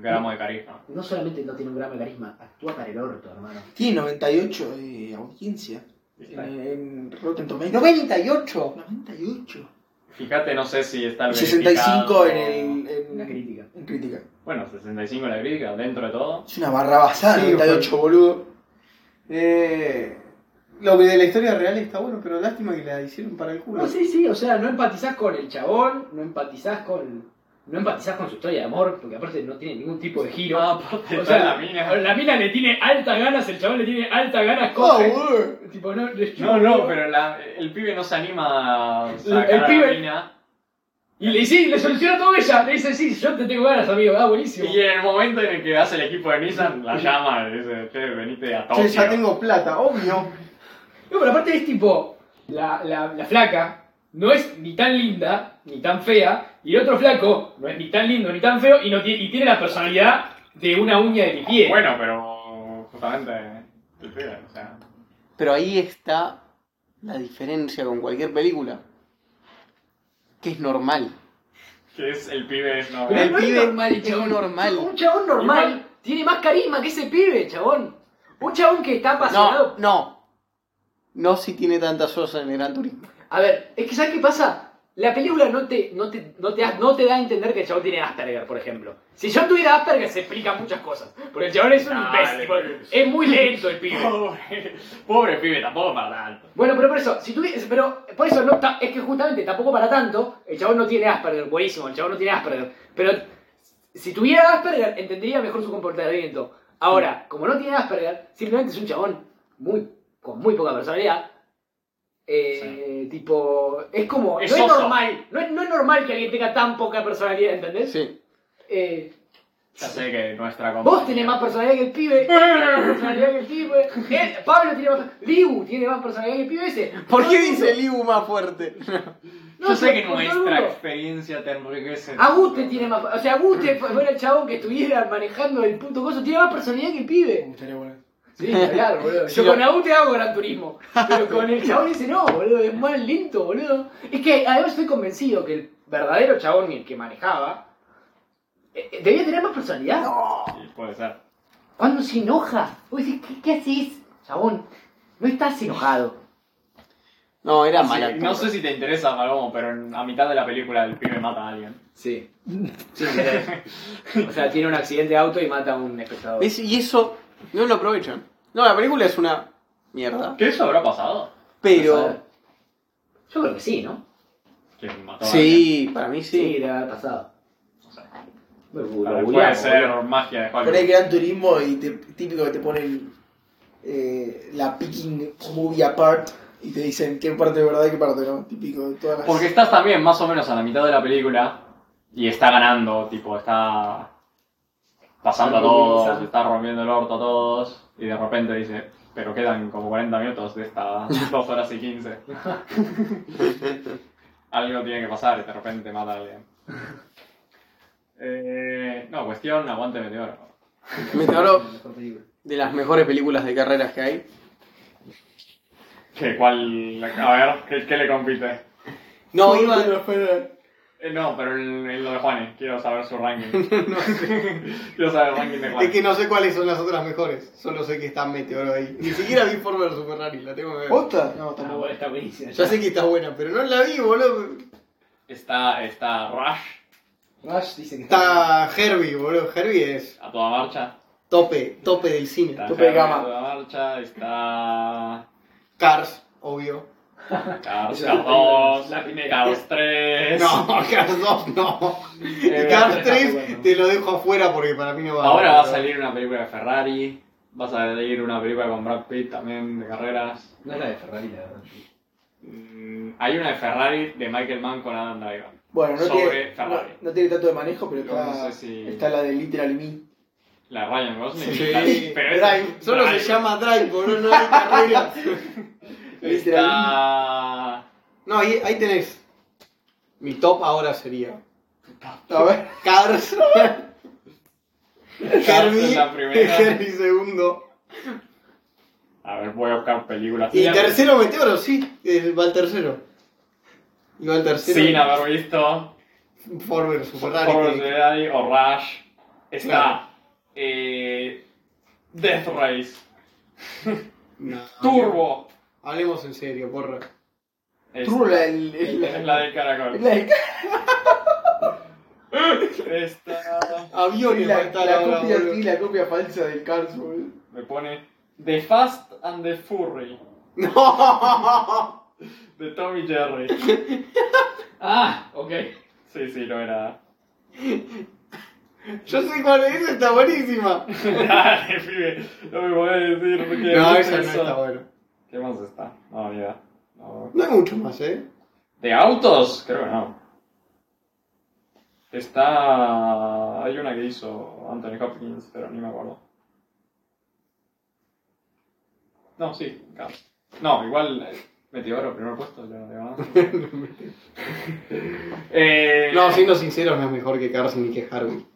Speaker 3: gramo de carisma.
Speaker 2: No solamente no tiene un gran carisma, actúa para el orto, hermano.
Speaker 1: Tiene 98 de audiencia en,
Speaker 3: Está-
Speaker 1: en Rotten Tomatoes.
Speaker 4: 98.
Speaker 1: 98.
Speaker 3: Fíjate, no sé si está el
Speaker 1: 65
Speaker 3: verificado.
Speaker 1: en, el,
Speaker 2: Una
Speaker 1: en,
Speaker 2: crítica.
Speaker 1: en crítica.
Speaker 3: Bueno, 65 en la crítica, dentro de todo.
Speaker 1: Es una barra basada,
Speaker 4: Sí,
Speaker 1: 98, boludo.
Speaker 4: Eh, lo que de la historia real está bueno, pero lástima que la hicieron para el culo.
Speaker 2: No, sí, sí, o sea, no empatizás con el chabón, no empatizás con. No empatizás con su historia de amor, porque aparte no tiene ningún tipo de giro.
Speaker 3: Ah, aparte
Speaker 2: o
Speaker 3: está
Speaker 2: sea,
Speaker 3: la mina.
Speaker 2: le tiene altas ganas, el chabón le tiene altas ganas
Speaker 1: Oh,
Speaker 2: con.
Speaker 1: boludo.
Speaker 2: tipo, no, le-
Speaker 3: No, no, pero la- el pibe no se anima a sacar
Speaker 2: El
Speaker 3: a la
Speaker 2: pibe-
Speaker 3: mina.
Speaker 2: Y le dice, le soluciona todo ella. Le dice, sí, yo te tengo ganas, amigo. Ah, buenísimo.
Speaker 3: Y en el momento en el que hace el equipo de Nissan, la llama y dice, che, venite a Tokio.
Speaker 4: Che, ya tengo plata, obvio.
Speaker 2: No, pero aparte es tipo. La, la, la flaca no es ni tan linda, ni tan fea. Y el otro flaco no es ni tan lindo, ni tan feo. Y, no tiene, y tiene la personalidad de una uña de mi pie.
Speaker 3: Bueno, pero justamente el pibe, o sea.
Speaker 4: Pero ahí está la diferencia con cualquier película. Que es normal.
Speaker 3: Que es el pibe es no.
Speaker 4: El
Speaker 2: no es
Speaker 4: pibe
Speaker 2: normal,
Speaker 4: es
Speaker 2: chabón. Un
Speaker 4: normal.
Speaker 2: chabón normal
Speaker 3: Igual-
Speaker 2: tiene más carisma que ese pibe, chabón. Un chabón que está apasionado
Speaker 4: No, no. No si tiene tantas horas en el Gran Turismo.
Speaker 2: A ver, es que ¿sabes qué pasa? La película no te, no te, no te, ha- no te da a entender que el chabón tiene Asperger, por ejemplo. Si yo tuviera Asperger se explican muchas cosas. Porque el chabón es un
Speaker 3: Dale,
Speaker 2: imbécil. porque
Speaker 3: pues.
Speaker 2: Es muy lento el pibe.
Speaker 3: Pobre, pobre pibe, tampoco para tanto.
Speaker 2: Bueno, pero por eso, si tuviese, pero por eso no, ta- es que justamente tampoco para tanto, el chabón no tiene Asperger, buenísimo, el chabón no tiene Asperger, pero si tuviera Asperger entendería mejor su comportamiento. Ahora, como no tiene Asperger, simplemente es un chabón muy, con muy poca personalidad. Eh, Tipo, es como,
Speaker 3: Es
Speaker 2: no es
Speaker 3: oso.
Speaker 2: normal, no es, no es normal que alguien tenga tan poca personalidad, ¿entendés?
Speaker 4: Sí.
Speaker 2: Eh,
Speaker 3: Ya sé que nuestra
Speaker 2: Vos tenés más personalidad que el pibe. personalidad que el pibe. Él- Pablo tiene más. Liu tiene más personalidad que el pibe ese.
Speaker 4: ¿Por qué
Speaker 2: Todo el mundo.
Speaker 4: dice Liu más fuerte?
Speaker 2: No,
Speaker 3: Yo sé que
Speaker 2: con todo el
Speaker 3: nuestra
Speaker 2: mundo.
Speaker 3: experiencia te enriquece.
Speaker 2: Aguste tiene más. O sea, Aguste fue- fuera el chabón que estuviera manejando el puto coso. Tiene más personalidad que el pibe.
Speaker 1: Estaría bueno.
Speaker 2: Sí, claro, boludo. Yo
Speaker 4: Sí,
Speaker 2: con Aguste hago gran turismo. Pero con el chabón ese no, boludo. Es más lento, boludo. Es que además estoy convencido que el verdadero chabón, el que manejaba, eh, eh, debía tener más personalidad.
Speaker 3: Sí, puede ser.
Speaker 2: Cuando se enoja, vos decís, ¿qué, qué haces? Chabón, no estás enojado.
Speaker 4: No, era
Speaker 3: Sí,
Speaker 4: mala.
Speaker 3: no sé si te interesa, Malomo, pero en- a mitad de la película el pibe mata a alguien.
Speaker 2: Sí. sí o sea, tiene un accidente de auto y mata a un espectador.
Speaker 4: Es- y eso no lo aprovechan. No, la película es una mierda.
Speaker 3: ¿Qué eso habrá pasado?
Speaker 4: Pero.
Speaker 2: Yo creo que sí, ¿no?
Speaker 3: Que mató a alguien.
Speaker 4: Sí, para mí sí.
Speaker 2: debe haber pasado. Lo- lo
Speaker 3: Puede
Speaker 2: googleamos,
Speaker 3: ser
Speaker 2: boludo.
Speaker 3: magia de
Speaker 1: Por ahí
Speaker 3: Hollywood.
Speaker 1: Gran Turismo y te- típico que te ponen eh, la picking movie apart y te dicen qué parte es verdad y qué parte no. Típico de todas las.
Speaker 3: Porque estás también más o menos a la mitad de la película y está ganando, tipo, está pasando a todos, está rompiendo el orto a todos y de repente dice, pero quedan como 40 minutos de estas 2 horas y 15. Algo tiene que pasar y de repente mata a alguien. Eh, no, cuestión, aguante meteoro.
Speaker 4: Meteoro, de las mejores películas de carreras que hay.
Speaker 3: ¿Qué, cuál, a ver, ¿qué, qué le compite?
Speaker 4: No,
Speaker 1: Muy
Speaker 4: iba.
Speaker 1: bueno, espera.
Speaker 3: Eh, no, pero el, el lo de Juanes, quiero saber su ranking. quiero saber el ranking de Juanes.
Speaker 4: Es que no sé cuáles son las otras mejores. Solo sé que está Meteoro ahí. Ni siquiera vi Ford vs Ferrari, la tengo que ver.
Speaker 1: ¿Posta? No,
Speaker 2: Ah,
Speaker 1: tampoco.
Speaker 2: bueno, está buenísimo.
Speaker 4: Ya sé que está buena, pero no la vi, boludo.
Speaker 3: Está, está Rush
Speaker 1: Rush dice que
Speaker 4: Está Herbie, boludo. Herbie es
Speaker 3: a toda marcha.
Speaker 4: tope, tope del cine.
Speaker 3: Está
Speaker 1: Tope de
Speaker 3: Harry
Speaker 1: gama.
Speaker 3: A toda marcha. Está.
Speaker 4: Cars, obvio.
Speaker 3: Cars
Speaker 2: Esa es la
Speaker 3: 2.
Speaker 2: primera, la primera.
Speaker 3: Cars 3.
Speaker 4: No, Cars 2 no.
Speaker 3: eh,
Speaker 4: Cars
Speaker 3: está
Speaker 4: 3
Speaker 3: bueno.
Speaker 4: te lo dejo afuera porque para mí no va
Speaker 3: Ahora va a salir una película de Ferrari. Va a salir una película con Brad Pitt también de carreras.
Speaker 5: No era de Ferrari, la verdad.
Speaker 3: Mm, hay una de Ferrari de Michael Mann con Adam Driver.
Speaker 1: Bueno, no
Speaker 3: sobre
Speaker 1: tiene, no,
Speaker 3: Ferrari.
Speaker 1: no tiene tanto de manejo, pero
Speaker 3: Yo
Speaker 1: está,
Speaker 3: no sé si-
Speaker 1: está la de Literal Me.
Speaker 3: La de Ryan Gosling.
Speaker 4: Sí.
Speaker 3: La- pero esa
Speaker 4: Drive.
Speaker 3: es
Speaker 4: Solo
Speaker 3: Drive.
Speaker 4: se llama este Drive, boludo, no hay carreras.
Speaker 3: Está.
Speaker 4: No, ahí, ahí tenés. Mi top ahora sería
Speaker 1: A ver,
Speaker 4: Cars.
Speaker 3: Cars es la
Speaker 4: Herbie.
Speaker 3: primera.
Speaker 4: Herbie segundo.
Speaker 3: A ver, voy a buscar películas.
Speaker 4: Y tercero Meteoro, sí. eh, Va el tercero. Y va el tercero.
Speaker 3: Sin haber visto.
Speaker 4: Ford vs Ferrari.
Speaker 3: Forward
Speaker 4: que-
Speaker 3: Jedi o Rush. Está
Speaker 4: Claro.
Speaker 3: eh, Death Race,
Speaker 4: No,
Speaker 3: Turbo.
Speaker 4: Hablemos en serio, porra.
Speaker 3: Es,
Speaker 1: True, la del-
Speaker 3: es
Speaker 1: el-
Speaker 3: la, del caracol.
Speaker 1: es la del-
Speaker 3: Está,
Speaker 4: Aviones va a
Speaker 1: la-
Speaker 4: estar
Speaker 1: la
Speaker 4: ahora,
Speaker 1: copia,
Speaker 4: boludo.
Speaker 1: sí, la copia falsa del Cars, boludo.
Speaker 3: me pone The Fast and the Furry
Speaker 4: No.
Speaker 3: de Tommy Jerry.
Speaker 2: Ah, ok.
Speaker 3: Sí, sí, no era.
Speaker 4: Yo sé cuál es, está buenísima.
Speaker 3: Dale, pibe, no me voy a decir. que
Speaker 4: No,
Speaker 3: es
Speaker 4: esa no
Speaker 3: eso.
Speaker 4: está buena.
Speaker 3: ¿Qué más está? No, mira. No.
Speaker 4: No hay mucho más, ¿eh?
Speaker 3: ¿De autos? Creo que no. Está. Hay una que hizo Anthony Hopkins, pero ni me acuerdo. No, sí, Cars. No, igual eh, Meteoro, primer puesto, ya no te va. eh,
Speaker 4: No, siendo sinceros, no es mejor que Cars ni que Harvey.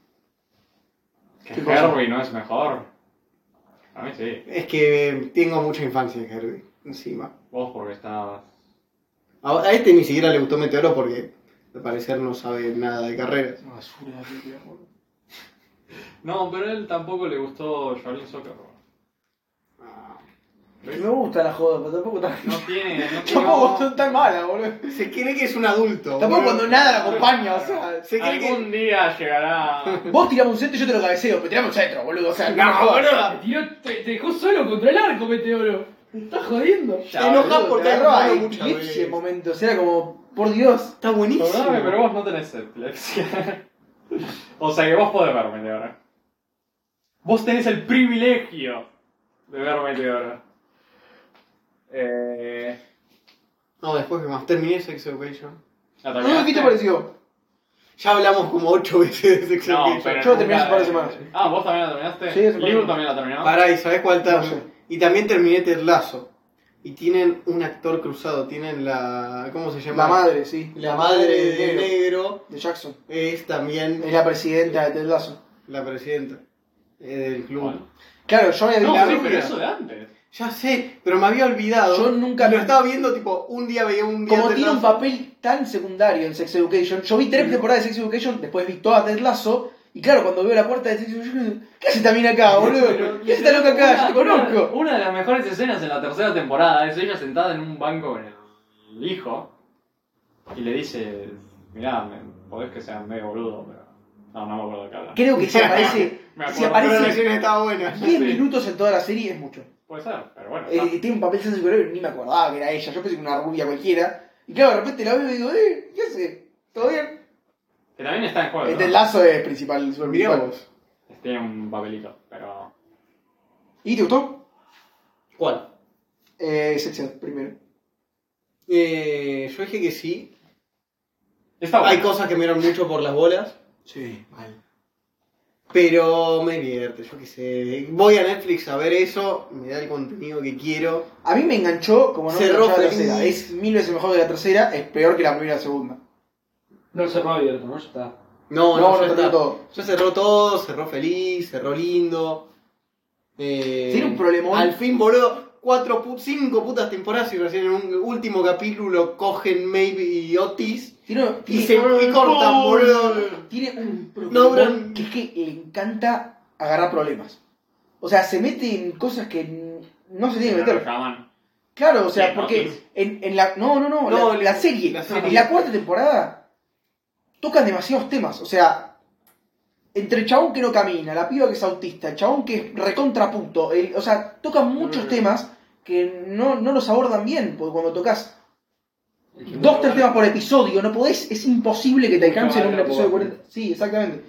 Speaker 3: que
Speaker 4: ¿Qué cosa?
Speaker 3: Herbie no es mejor. A mí sí.
Speaker 4: Es que tengo mucha infancia en Harvey, encima.
Speaker 3: Vos porque estabas.
Speaker 4: A a este ni siquiera le gustó Meteoro porque, al parecer, no sabe nada de carreras.
Speaker 1: Basura,
Speaker 3: No, pero a él tampoco le gustó Jolene Soccer.
Speaker 4: Ah.
Speaker 1: Me gustan las jodas, pero tampoco tan.
Speaker 3: No tiene. No tiene
Speaker 1: Tampoco son tan malas, boludo.
Speaker 4: Se cree que es un adulto.
Speaker 1: Tampoco
Speaker 4: boludo.
Speaker 1: cuando nada la acompaña, o sea.
Speaker 4: Se cree que.
Speaker 3: Algún día llegará.
Speaker 1: Vos tiramos un centro y yo te lo cabeceo, pero tiramos un centro, boludo. O sea,
Speaker 4: No,
Speaker 1: jodas.
Speaker 4: boludo.
Speaker 2: Te, tiró- te, te dejó solo contra el arco, Meteoro. Estás jodiendo.
Speaker 4: Te enojas
Speaker 1: Boludo,
Speaker 4: porque
Speaker 1: te agarraba
Speaker 4: hay mucha
Speaker 1: epilepsia en momentos. Era como, por Dios.
Speaker 4: Está buenísimo.
Speaker 3: Perdóname, pero vos no tenés epilepsia. o sea que vos podés ver Meteora. Vos tenés el privilegio de ver Meteora. Eh,
Speaker 4: No, después que más terminé Sex Education.
Speaker 3: ¿la
Speaker 1: No, ¿Qué te
Speaker 3: terminaste?
Speaker 1: pareció?
Speaker 4: Ya hablamos como ocho veces de Sex
Speaker 3: No,
Speaker 4: Education.
Speaker 3: pero
Speaker 1: Yo lo terminé hace un par de
Speaker 3: nunca-
Speaker 1: semanas.
Speaker 3: Ah, ¿vos también la terminaste?
Speaker 1: Sí, hace un par de
Speaker 3: Liu
Speaker 1: semanas.
Speaker 3: también la terminó.
Speaker 4: Pará, ¿y sabés cuál tal?
Speaker 1: No sé.
Speaker 4: Y también terminé Ted Lasso. Y tienen un actor cruzado, tienen la. ¿Cómo se llama?
Speaker 1: La madre, sí.
Speaker 4: La madre de
Speaker 1: negro,
Speaker 4: negro
Speaker 1: de Jackson.
Speaker 4: es también
Speaker 1: Es la presidenta de Ted Lasso.
Speaker 4: la presidenta eh, del club.
Speaker 3: Bueno.
Speaker 1: Claro, yo me
Speaker 3: No,
Speaker 1: la
Speaker 3: sí,
Speaker 1: rubia.
Speaker 3: pero eso de antes.
Speaker 4: Ya sé, pero me había olvidado.
Speaker 1: Yo nunca-
Speaker 4: lo estaba viendo, tipo, un día veía un día.
Speaker 1: Como
Speaker 4: Ted
Speaker 1: tiene un
Speaker 4: Lasso.
Speaker 1: papel tan secundario en Sex Education, yo vi tres temporadas de Sex Education, después vi toda Ted Lazo, y claro, cuando veo la cuarta de Sex Education, ¿qué hace también acá, boludo? ¿Qué hace esta loca acá? Yo te
Speaker 3: Una,
Speaker 1: conozco.
Speaker 3: una de las mejores escenas en la tercera temporada es ella sentada en un banco con el hijo y le dice, mirá, me, podés que sea medio boludo, pero... No, no me acuerdo de qué habla.
Speaker 1: Creo que si aparece,
Speaker 3: Me acuerdo,
Speaker 1: si
Speaker 4: Pero la
Speaker 1: aparece
Speaker 4: escena estaba buena.
Speaker 1: 10
Speaker 3: Sí.
Speaker 1: minutos en toda la serie es mucho.
Speaker 3: Puede ser, pero bueno. está.
Speaker 1: Eh, tiene un papel tan secundario, ni me acordaba que era ella, yo pensé que era una rubia cualquiera, y claro, de repente la veo y digo, eh, ¿qué hace? ¿Todo bien?
Speaker 3: Que también está en juego.
Speaker 1: Eh,
Speaker 3: ¿no?
Speaker 1: Ted Lazo es principal, super
Speaker 4: Mirá
Speaker 1: principal.
Speaker 4: vos.
Speaker 3: Tiene un papelito, pero...
Speaker 1: ¿Y te gustó?
Speaker 2: ¿Cuál?
Speaker 1: Eh, Sex Ed, primero.
Speaker 4: Eh, yo dije que sí.
Speaker 3: Está bueno.
Speaker 4: Hay cosas que me dieron mucho por las bolas.
Speaker 1: Sí, mal.
Speaker 4: Pero me divierte, yo qué sé. Voy a Netflix a ver eso, me da el contenido que quiero.
Speaker 1: A mí me enganchó como no me
Speaker 4: Cerró
Speaker 1: enganchaba la
Speaker 4: feliz.
Speaker 1: tercera. Es mil veces mejor que la tercera, es peor que la primera y la segunda.
Speaker 2: No cerró abierto, ¿no? Ya está.
Speaker 4: No,
Speaker 1: No,
Speaker 4: ya
Speaker 1: no
Speaker 4: está.
Speaker 1: terminó todo.
Speaker 4: Ya cerró todo, cerró feliz, cerró lindo. Eh,
Speaker 1: Tiene un problemón.
Speaker 4: Al fin, boludo, cuatro pu- cinco putas temporadas y recién en un último capítulo cogen Maybe y Otis
Speaker 1: Tiene,
Speaker 4: y
Speaker 1: tiene-
Speaker 4: se y cortan, boludo.
Speaker 1: tiene un problema
Speaker 4: No, bro.
Speaker 1: que es que le encanta agarrar problemas. O sea, se mete en cosas que n- no se tiene que
Speaker 3: Pero
Speaker 1: meter.
Speaker 3: reclaman.
Speaker 1: Claro, o sea,
Speaker 3: Sí, no,
Speaker 1: porque en, en la... No, no, no,
Speaker 4: No,
Speaker 1: la,
Speaker 4: le-
Speaker 1: la serie.
Speaker 4: la serie.
Speaker 1: En la cuarta temporada tocan demasiados temas. O sea, entre el chabón que no camina, la piba que es autista, el chabón que es recontrapunto. el- o sea, tocan muchos temas que no, no los abordan bien. Porque cuando tocas Dos, tres temas por episodio, no podés, es imposible que te alcancen en un
Speaker 5: Mucho más
Speaker 1: episodio de
Speaker 5: largo,
Speaker 1: 40. Sí, exactamente.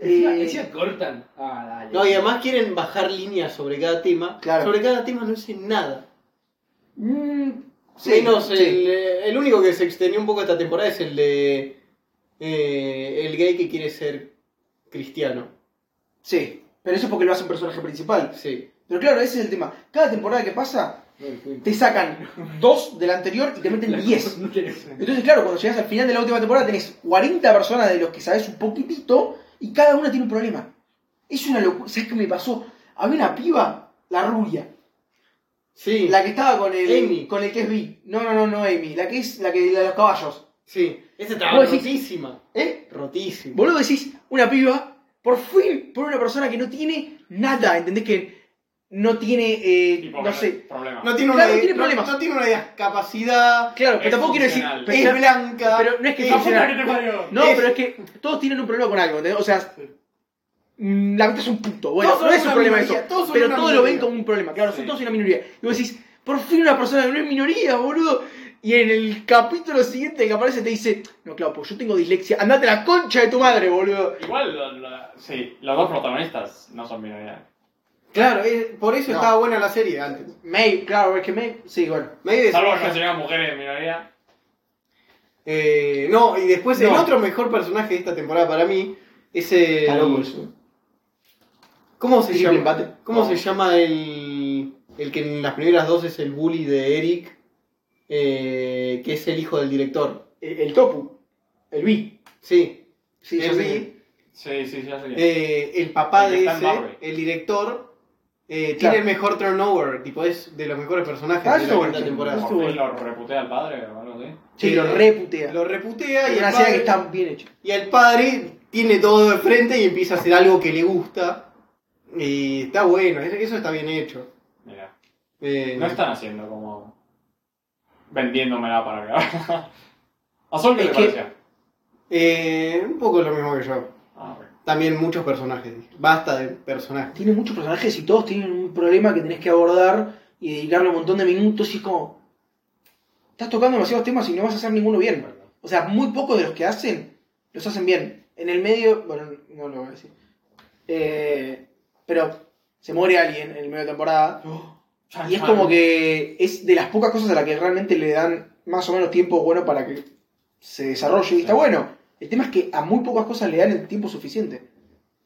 Speaker 2: Encima-
Speaker 1: Eh,
Speaker 2: encima cortan. Ah, dale.
Speaker 4: No, y además quieren bajar líneas sobre cada tema.
Speaker 1: Claro.
Speaker 4: Sobre cada tema no dicen nada.
Speaker 1: mm, sí,
Speaker 4: Menos
Speaker 1: sí.
Speaker 4: el, eh, el único que se extendió un poco esta temporada es el de eh, el gay que quiere ser cristiano.
Speaker 1: Sí, pero eso es porque lo hace un personaje principal.
Speaker 4: Sí.
Speaker 1: Pero claro, ese es el tema. Cada temporada que pasa, te sacan dos de la anterior y te meten diez.
Speaker 2: No tenés-
Speaker 1: Entonces, claro, cuando llegas al final de la última temporada tenés 40 personas de los que sabes un poquitito y cada una tiene un problema. Es una locura. ¿Sabes qué me pasó? Había una piba, la rubia,
Speaker 4: Sí.
Speaker 1: La que estaba con el
Speaker 4: Amy.
Speaker 1: con el que es B. No, no, no, no Amy. La que es la que la de los caballos.
Speaker 4: Sí. Esa estaba
Speaker 1: Vos decís-
Speaker 4: rotísima.
Speaker 1: ¿Eh?
Speaker 4: Rotísima.
Speaker 1: Boludo decís, una piba, por fin, por una persona que no tiene nada, ¿entendés? Que no tiene, eh,
Speaker 3: Tipo,
Speaker 1: no sé.
Speaker 3: Problema.
Speaker 4: No tiene,
Speaker 1: Claro,
Speaker 4: una,
Speaker 1: no tiene
Speaker 4: no-
Speaker 1: problemas.
Speaker 4: No, tiene una discapacidad.
Speaker 1: Claro, pero
Speaker 3: Es
Speaker 1: tampoco quiero decir.
Speaker 3: funcional.
Speaker 4: Es
Speaker 1: pero-
Speaker 4: blanca.
Speaker 1: pero no es que
Speaker 4: es
Speaker 1: sea funcional.
Speaker 4: blanca.
Speaker 1: No,
Speaker 4: Es-
Speaker 1: pero es que todos tienen un problema con algo, ¿entendés? O sea, mm, la verdad es un punto. Bueno,
Speaker 4: Todos son
Speaker 1: no es un
Speaker 4: una
Speaker 1: problema
Speaker 4: minoría,
Speaker 1: eso.
Speaker 4: todos son
Speaker 1: pero
Speaker 4: una
Speaker 1: todos lo ven
Speaker 4: minoría.
Speaker 1: como un problema. Claro, son
Speaker 3: Sí.
Speaker 1: todos una minoría. Y vos decís, por fin una persona que no es minoría, boludo. Y en el capítulo siguiente que aparece te dice, no, claro, pues yo tengo dislexia. Andate a la concha de tu madre, boludo.
Speaker 3: Igual, lo- lo- sí, los dos protagonistas no son minoría.
Speaker 4: Claro, es- por eso
Speaker 1: No.
Speaker 4: estaba buena la serie antes.
Speaker 1: May, claro, es que May. Sí, bueno.
Speaker 4: Maybe es-
Speaker 3: Salvo que no serían mujeres de minoría.
Speaker 4: Eh, no, y después el
Speaker 1: No.
Speaker 4: otro mejor personaje de esta temporada para mí es el. ¿Cómo se
Speaker 1: Triple
Speaker 4: llama?
Speaker 1: empate.
Speaker 4: ¿Cómo
Speaker 3: No.
Speaker 4: se llama el. el que en las primeras dos es el bully de Eric? eh, que es el hijo del director.
Speaker 1: El, el Topu. El B.
Speaker 4: Sí.
Speaker 1: Sí,
Speaker 4: el
Speaker 1: ya sé
Speaker 4: Bill.
Speaker 1: quién.
Speaker 3: Sí, sí, sí, ya sé quién.
Speaker 4: Eh, el papá
Speaker 3: El que
Speaker 4: de
Speaker 3: está en
Speaker 4: ese,
Speaker 3: Marvel.
Speaker 4: el director, eh,
Speaker 1: Claro.
Speaker 4: tiene el mejor turnover, tipo es de los mejores personajes
Speaker 1: Ah,
Speaker 4: de la
Speaker 1: eso
Speaker 4: cuarta
Speaker 1: bueno,
Speaker 4: temporada.
Speaker 1: eso
Speaker 3: ¿Por fin lo reputé al padre o algo así?
Speaker 1: Sí,
Speaker 4: Eh,
Speaker 1: lo reputea.
Speaker 4: Lo reputea
Speaker 1: Es
Speaker 4: y
Speaker 1: una
Speaker 4: el,
Speaker 1: escena que
Speaker 4: padre,
Speaker 1: está bien hecha.
Speaker 4: y el padre tiene todo de frente y empieza a hacer algo que le gusta. Y está bueno, es- eso está bien hecho.
Speaker 3: Mira,
Speaker 4: Eh,
Speaker 3: no están haciendo como vendiéndomela para grabar. ¿A Sol qué
Speaker 1: Es
Speaker 3: le
Speaker 1: que-
Speaker 3: parecía?
Speaker 4: eh, un poco lo mismo que yo.
Speaker 3: Ah, ok.
Speaker 4: También muchos personajes, dije. basta de personajes.
Speaker 1: tiene muchos personajes y todos tienen un problema que tenés que abordar y dedicarle un montón de minutos y es como estás tocando demasiados temas y no vas a hacer ninguno bien. O sea, muy pocos de los que hacen los hacen bien. En el medio, bueno, no lo voy a decir. Eh, pero se muere alguien en el medio de temporada y es como que es de las pocas cosas a las que realmente le dan más o menos tiempo bueno para que se desarrolle y está bueno. El tema es que a muy pocas cosas le dan el tiempo suficiente.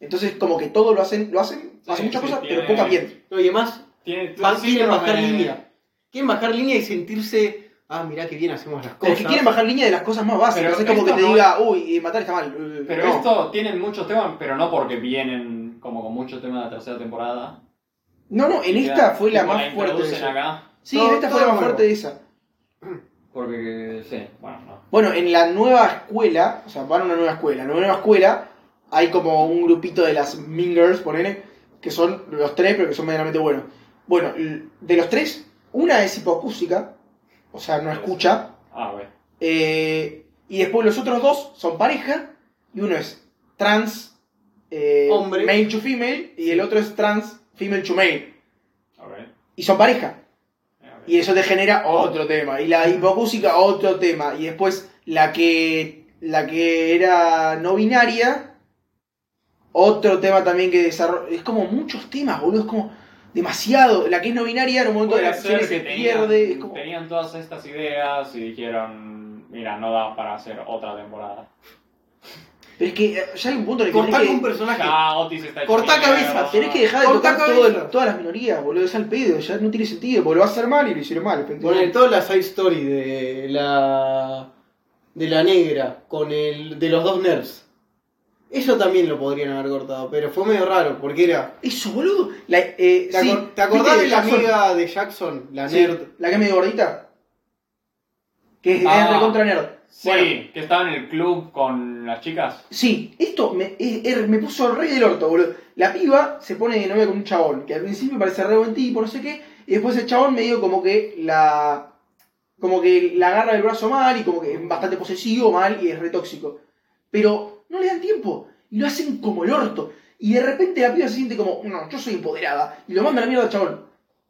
Speaker 1: Entonces, como que todo lo hacen, lo hacen,
Speaker 3: Sí,
Speaker 1: hacen muchas
Speaker 3: sí,
Speaker 1: cosas,
Speaker 3: tiene-
Speaker 1: pero pocas bien.
Speaker 4: No, y además,
Speaker 3: Tiene
Speaker 4: van-
Speaker 3: sí,
Speaker 4: quieren
Speaker 3: pero,
Speaker 4: bajar
Speaker 3: eh,
Speaker 4: línea. Quieren bajar línea y sentirse, ah, mirá que bien hacemos las
Speaker 1: Como
Speaker 4: cosas.
Speaker 1: que quieren bajar línea de las cosas más básicas.
Speaker 3: Pero
Speaker 1: es como que
Speaker 3: esto
Speaker 1: te
Speaker 3: no
Speaker 1: diga, uy, eh, matar está mal. eh,
Speaker 3: Pero
Speaker 1: no.
Speaker 3: esto tienen muchos temas, pero no porque vienen como con muchos temas de la tercera temporada.
Speaker 1: No, no, en
Speaker 3: Y ya,
Speaker 1: esta fue la
Speaker 3: tipo,
Speaker 1: más fuerte de
Speaker 3: introducen
Speaker 1: esa.
Speaker 3: acá.
Speaker 1: Sí,
Speaker 4: Todo-
Speaker 1: en esta fue
Speaker 4: todo
Speaker 1: la más
Speaker 4: nuevo.
Speaker 1: fuerte de esa.
Speaker 5: Porque, sí.
Speaker 3: Bueno, no.
Speaker 1: Bueno, en la nueva escuela, o sea, van a una nueva escuela. En la nueva escuela hay como un grupito de las Mingers, ponele, que son los tres, pero que son medianamente buenos. Bueno, l- de los tres, una es hipoacústica, o sea, no escucha.
Speaker 3: Ah, güey.
Speaker 1: eh, y después los otros dos son pareja, y uno es trans, eh,
Speaker 4: Hombre.
Speaker 1: male to female, y el otro es trans, female to male.
Speaker 3: Ok.
Speaker 1: Y son pareja.
Speaker 3: ok.
Speaker 1: Y eso te genera otro tema. Y la hipocúsica, otro tema. Y después la que, la que era no binaria, otro tema también que desarrolla. Es como muchos temas, boludo. Es como demasiado. La que es no binaria en un momento de
Speaker 3: Puede
Speaker 1: la serie
Speaker 3: ser
Speaker 1: se
Speaker 3: que
Speaker 1: pierde. Es
Speaker 3: tenían,
Speaker 1: como...
Speaker 3: tenían todas estas ideas y dijeron, mira, no da para hacer otra temporada.
Speaker 1: Pero es que eh, ya hay un punto en el que
Speaker 4: Cortar
Speaker 1: tenés
Speaker 4: con
Speaker 1: que,
Speaker 4: un personaje.
Speaker 3: Ya, Otis está hecho
Speaker 4: Cortá
Speaker 3: mierda.
Speaker 4: cabezas,
Speaker 1: tenés que dejar de
Speaker 4: Cortá
Speaker 1: tocar todo el-
Speaker 4: cabezas.
Speaker 1: todas las minorías, boludo. Es al pedo. Ya no tiene sentido. Porque lo vas a hacer mal y lo hicieron mal.
Speaker 4: Poner toda la side story de la. de la negra con el. de los dos nerds. Eso también lo podrían haber cortado, pero fue medio raro, porque era.
Speaker 1: Eso, boludo. La, eh,
Speaker 4: ¿Te,
Speaker 1: sí,
Speaker 4: acor- te acordás
Speaker 1: ¿viste
Speaker 4: de la
Speaker 1: Jackson?
Speaker 4: amiga de Jackson, la
Speaker 1: Sí,
Speaker 4: nerd?
Speaker 1: La que es medio gordita. Que es
Speaker 3: Ah.
Speaker 1: es recontra nerd.
Speaker 3: Sí,
Speaker 1: Bueno.
Speaker 3: que estaba en el club con las chicas.
Speaker 1: Sí, esto me, es- es- me puso el rey del orto, boludo. La piba se pone de novia con un chabón, que al principio parece re buen tipo, no sé qué, y después el chabón medio como que la. como que la agarra del brazo mal y como que es bastante posesivo, mal y es re tóxico. Pero no le dan tiempo, y lo hacen como el orto. Y de repente la piba se siente como, no, yo soy empoderada, y lo manda a la mierda al chabón.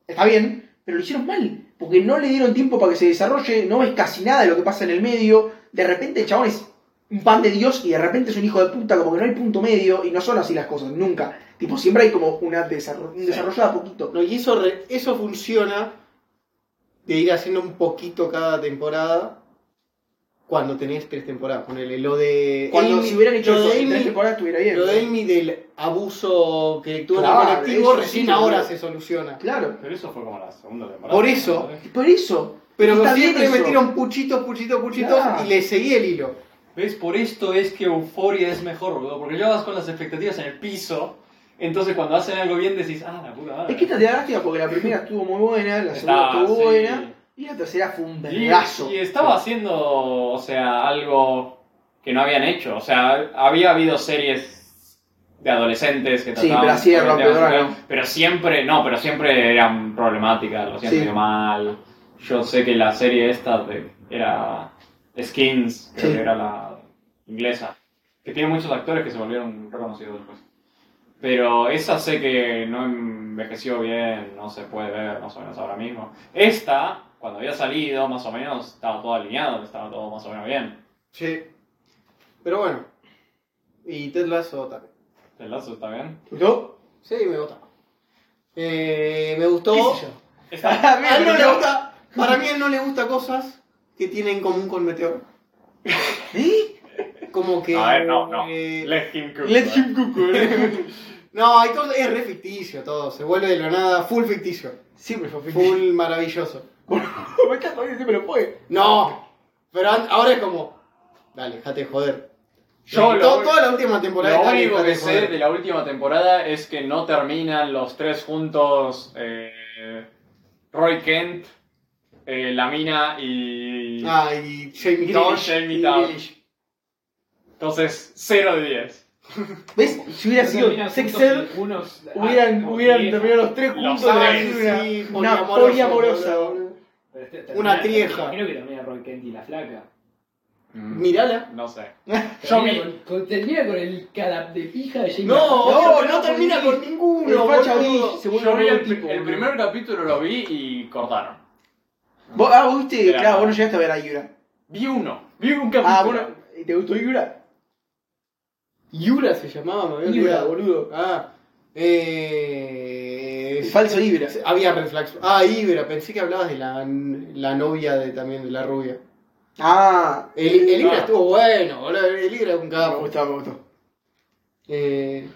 Speaker 1: Está bien, pero lo hicieron mal, porque no le dieron tiempo para que se desarrolle, no es casi nada de lo que pasa en el medio. De repente el chabón es un pan de Dios y de repente es un hijo de puta, como que no hay punto medio y no son así las cosas, nunca. Tipo, siempre hay como una desarro- un
Speaker 4: Sí.
Speaker 1: desarrollo de a poquito.
Speaker 4: No, y eso, re- eso funciona de ir haciendo un poquito cada temporada cuando tenés tres temporadas. Ponele lo de.
Speaker 1: Cuando
Speaker 4: Amy-
Speaker 1: si hubieran hecho
Speaker 4: lo
Speaker 1: eso
Speaker 4: de
Speaker 1: en tres
Speaker 4: Amy,
Speaker 1: temporadas estuviera bien.
Speaker 4: lo de Amy del abuso que tuvo en
Speaker 1: Claro,
Speaker 4: el colectivo
Speaker 1: eso
Speaker 4: recién
Speaker 1: sí,
Speaker 4: ahora
Speaker 1: boludo.
Speaker 4: se soluciona.
Speaker 1: Claro.
Speaker 3: Pero eso fue como la segunda temporada.
Speaker 4: Por eso.
Speaker 1: Y Por eso.
Speaker 4: Pero
Speaker 1: Está bien
Speaker 4: siempre
Speaker 1: eso.
Speaker 4: metieron puchitos, puchitos, puchitos
Speaker 1: Claro.
Speaker 4: y le seguí el hilo.
Speaker 5: ¿Ves? Por esto es que Euforia es mejor, boludo. Porque ya vas con las expectativas en el piso. Entonces cuando hacen algo bien decís, ah, la puta madre.
Speaker 1: Es que esta te da lástima porque la primera estuvo muy buena, la segunda
Speaker 3: Está,
Speaker 1: estuvo
Speaker 3: sí.
Speaker 1: buena y la tercera fue un
Speaker 3: Y,
Speaker 1: vergazo.
Speaker 3: y estaba haciendo, o sea, algo que no habían hecho. O sea, había habido series de adolescentes que
Speaker 1: Sí,
Speaker 3: trataban
Speaker 1: pero así de
Speaker 3: sobre temas
Speaker 1: rompedora,
Speaker 3: sociales, pero siempre, no, pero siempre eran problemáticas, lo siento
Speaker 1: Sí.
Speaker 3: yo mal. Yo sé que la serie esta de- era Skins, creo
Speaker 1: Sí.
Speaker 3: que era la inglesa, que tiene muchos actores que se volvieron reconocidos después. Pero esa sé que no envejeció bien, no se puede ver más o menos ahora mismo. Esta, cuando había salido, más o menos, estaba todo alineado, estaba todo más o menos bien.
Speaker 4: Sí. Pero bueno. Y Ted Lasso también.
Speaker 3: ¿El lazo está bien?
Speaker 1: ¿Te gustó?
Speaker 4: Sí, me gusta. Eh, me gustó.
Speaker 1: ¿Qué sé yo?
Speaker 3: Está-
Speaker 1: A mí
Speaker 4: A él
Speaker 1: me
Speaker 4: no le
Speaker 1: gustó.
Speaker 4: gusta. Para mí él no le gusta cosas que tienen en común con Meteor.
Speaker 1: ¿Eh?
Speaker 4: Como que.
Speaker 3: A ver, no, no.
Speaker 4: eh,
Speaker 3: Let him cook.
Speaker 1: Let
Speaker 3: eh.
Speaker 1: him cook, boludo.
Speaker 4: no, hay cosas- es re ficticio todo. Se vuelve de la nada full ficticio.
Speaker 1: Siempre fue fin.
Speaker 4: Full maravilloso.
Speaker 1: me estás jodiendo, siempre lo fue.
Speaker 4: No. Pero an- ahora es como. Dale, déjate joder.
Speaker 3: Yo
Speaker 4: Y
Speaker 3: lo-
Speaker 4: to- toda la última temporada.
Speaker 3: Lo
Speaker 4: dale,
Speaker 3: único
Speaker 4: dejate
Speaker 3: que sé
Speaker 4: joder.
Speaker 3: de la última temporada es que no terminan los tres juntos eh, Roy Kent, eh, la mina y...
Speaker 4: Ah, y Jamie
Speaker 3: No,
Speaker 4: Grealish.
Speaker 3: Jamie
Speaker 4: Y
Speaker 3: Down.
Speaker 4: Grealish.
Speaker 3: Entonces, 0 de 10.
Speaker 1: ¿Ves? Si hubiera sido
Speaker 2: Terminan
Speaker 1: Sex
Speaker 2: juntos
Speaker 1: Ed,
Speaker 2: y unos-
Speaker 1: hubieran,
Speaker 2: ah,
Speaker 1: hubieran
Speaker 2: bien.
Speaker 1: terminado los tres
Speaker 3: Los
Speaker 1: juntos de la
Speaker 3: tres,
Speaker 1: misma.
Speaker 4: sí,
Speaker 1: Una
Speaker 4: poliamoroso,
Speaker 1: poliamorosa,
Speaker 4: boludo.
Speaker 1: boludo.
Speaker 2: Pero este- termina-
Speaker 4: Una trieja.
Speaker 2: Creo que termina Roy Kent y la flaca.
Speaker 4: Mm. Mirala.
Speaker 3: No sé. Yo
Speaker 2: Termina
Speaker 3: vi...
Speaker 2: con, con- termina con el cara de pija de Jamie
Speaker 4: No,
Speaker 1: No,
Speaker 4: no,
Speaker 1: no
Speaker 4: termina
Speaker 1: con
Speaker 4: con ninguno.
Speaker 1: El facha
Speaker 4: boludo.
Speaker 1: Ori se vuelve
Speaker 3: Yo vi
Speaker 1: un
Speaker 3: el,
Speaker 1: tipo,
Speaker 3: pri- el
Speaker 1: boludo.
Speaker 3: primer capítulo lo vi y cortaron.
Speaker 1: ¿Vos, ah, vos viste,
Speaker 3: Era-
Speaker 1: claro, vos no llegaste a ver a Yura.
Speaker 3: Vi uno. Vi un capítulo.
Speaker 1: Ah, bueno, ¿te gustó Yura?
Speaker 4: Yura se llamaba, me había
Speaker 1: Yura,
Speaker 4: olvidado.
Speaker 1: boludo.
Speaker 4: Ah, eh.
Speaker 1: El falso Ibra.
Speaker 4: Había reflex. Ah, Ibra, pensé que hablabas de la, la novia de también de la rubia.
Speaker 1: Ah,
Speaker 4: El, el Libra
Speaker 3: Ah.
Speaker 4: estuvo bueno, boludo. El Libra es un
Speaker 1: me
Speaker 4: capo.
Speaker 1: gustó, me gustó.
Speaker 4: Eh,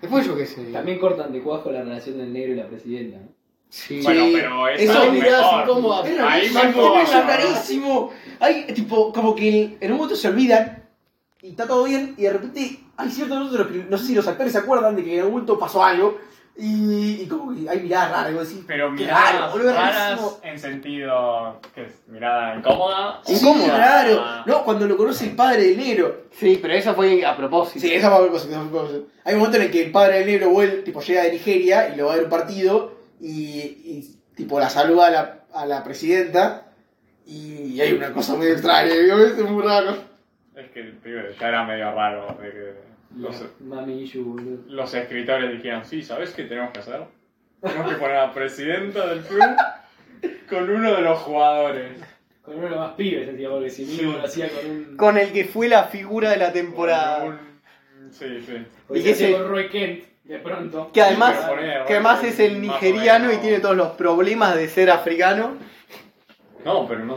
Speaker 4: después yo qué sé.
Speaker 6: También cortan de cuajo la relación del negro y la presidenta. ¿no?
Speaker 4: Sí.
Speaker 3: Bueno,
Speaker 1: Sí,
Speaker 3: pero es
Speaker 4: Esas
Speaker 3: algo
Speaker 4: miradas
Speaker 3: mejor.
Speaker 4: incómodas.
Speaker 1: Es
Speaker 3: Ahí
Speaker 1: rarísimo,
Speaker 3: me jodas,
Speaker 1: es rarísimo. Hay, tipo, como que el- en un momento se olvidan y está todo bien y de repente hay ciertos momentos en los que no sé si los actores se acuerdan de que en algún momento pasó algo y, y como que hay miradas raras. y vos decís,
Speaker 3: Pero
Speaker 1: qué
Speaker 3: miradas
Speaker 1: raro, boludo, es
Speaker 3: raras
Speaker 1: rarísimo.
Speaker 3: en sentido que es mirada incómoda.
Speaker 1: Sí,
Speaker 4: Incómoda.
Speaker 1: claro.
Speaker 3: Ah.
Speaker 1: No, cuando lo conoce el padre del negro.
Speaker 4: Sí, pero esa fue a propósito.
Speaker 1: Sí, esa fue otra cosa, esa fue otra cosa. Hay un momento en el que el padre del negro vuelve, tipo, llega de Nigeria y lo va a ver un partido y, y, tipo, la saluda a la, a la presidenta y hay una cosa muy extraña, obviamente es muy raro.
Speaker 3: Es que el pibe ya era medio raro de que los,
Speaker 6: Mami Ishu, boludo.
Speaker 3: los escritores dijeran, sí, ¿sabes qué tenemos que hacer? Tenemos que poner a presidenta del club con uno de los jugadores.
Speaker 6: Con uno de los más pibes, encima, porque si mínimo lo hacía con un.
Speaker 4: Con el que fue la figura de la
Speaker 3: Con
Speaker 4: temporada.
Speaker 3: un- Sí, sí.
Speaker 6: porque
Speaker 4: y
Speaker 6: se
Speaker 4: que
Speaker 6: hacía
Speaker 4: se-
Speaker 6: con Roy Kent, de pronto.
Speaker 4: Que además,
Speaker 3: Sí, pero ponele,
Speaker 4: que además es el
Speaker 3: más o
Speaker 4: nigeriano y
Speaker 3: menos.
Speaker 4: tiene todos los problemas de ser africano.
Speaker 3: No, pero no.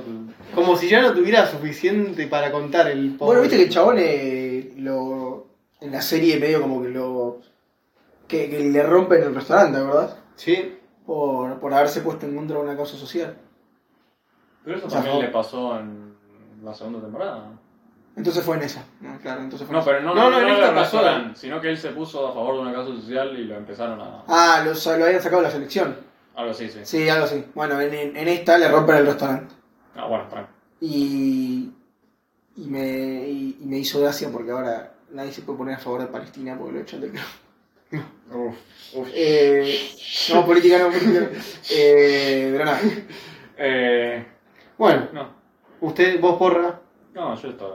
Speaker 4: Como si ya no tuviera suficiente para contar el pobre.
Speaker 1: Bueno, viste que el chabón eh, lo, en la serie medio como que lo. que, que le rompen el restaurante, ¿verdad?
Speaker 4: Sí.
Speaker 1: Por, por haberse puesto en contra de una causa social.
Speaker 3: Pero eso
Speaker 1: O sea,
Speaker 3: también
Speaker 1: no.
Speaker 3: le pasó en la segunda temporada.
Speaker 1: Entonces fue en esa. No, Ah, claro, entonces fue
Speaker 3: No,
Speaker 1: en esa.
Speaker 3: pero no,
Speaker 4: No, no, en
Speaker 3: le
Speaker 4: esta
Speaker 3: pasó,
Speaker 4: pasó.
Speaker 3: Dan, sino que él se puso a favor de una causa social y lo empezaron a...
Speaker 1: Ah, lo, sa- lo habían sacado de la selección.
Speaker 3: Algo así, sí.
Speaker 1: Sí, algo así. Bueno, en, en- en esta le rompen el restaurante.
Speaker 3: Ah, bueno, para.
Speaker 1: Y. y me, y, y me hizo gracia porque ahora nadie se puede poner a favor de Palestina porque lo echan del club.
Speaker 3: Uf, uf.
Speaker 1: Eh, no, política no, política no. Eh, pero nada.
Speaker 3: Eh,
Speaker 4: Bueno,
Speaker 3: no,
Speaker 4: usted, vos porra.
Speaker 3: no, yo estoy...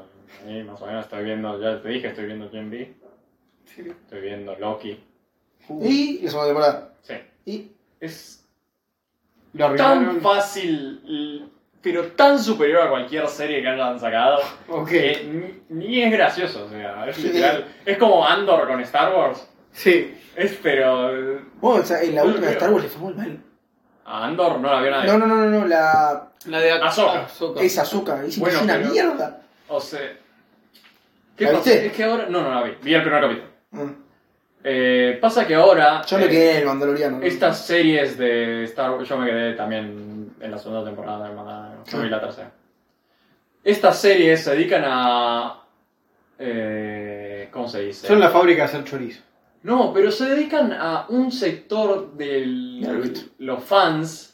Speaker 3: Ahí más o menos estoy viendo, ya te dije, estoy viendo Gen V. Estoy viendo Loki.
Speaker 4: Uh,
Speaker 1: Y la segunda temporada.
Speaker 3: Sí.
Speaker 1: Y
Speaker 3: Es
Speaker 4: Lo
Speaker 3: tan
Speaker 4: arruinaron.
Speaker 3: fácil, l- pero tan superior a cualquier serie que hayan sacado.
Speaker 4: Ok.
Speaker 3: que ni, ni es gracioso, o sea, es literal. Es como Andor con Star Wars.
Speaker 4: Sí.
Speaker 3: Es, pero... eh,
Speaker 1: Bueno, oh, o sea, en la
Speaker 3: No lo
Speaker 1: última de
Speaker 3: creo.
Speaker 1: Star Wars le fue muy mal.
Speaker 3: A Andor no la vio nadie.
Speaker 1: No, no, no, no, no, la.
Speaker 4: La de
Speaker 3: Ahsoka.
Speaker 1: Es azúcar, es
Speaker 3: Bueno,
Speaker 1: una
Speaker 3: pero-
Speaker 1: mierda.
Speaker 3: O sea... ¿Qué
Speaker 1: ¿La
Speaker 3: pasa?
Speaker 1: viste?
Speaker 3: Es que ahora... No, no la vi. Vi el primer capítulo.
Speaker 1: Ah,
Speaker 3: Eh, pasa que ahora...
Speaker 1: Yo me
Speaker 3: eh,
Speaker 1: quedé en el Mandaloriano.
Speaker 3: Estas series de Star Wars... Yo me quedé también en la segunda temporada. hermana, Yo vi la tercera. Estas series se dedican a... eh, ¿Cómo se dice?
Speaker 4: Son la fábrica de hacer chorizo.
Speaker 3: No, pero se dedican a un sector de
Speaker 1: Naruto.
Speaker 3: los fans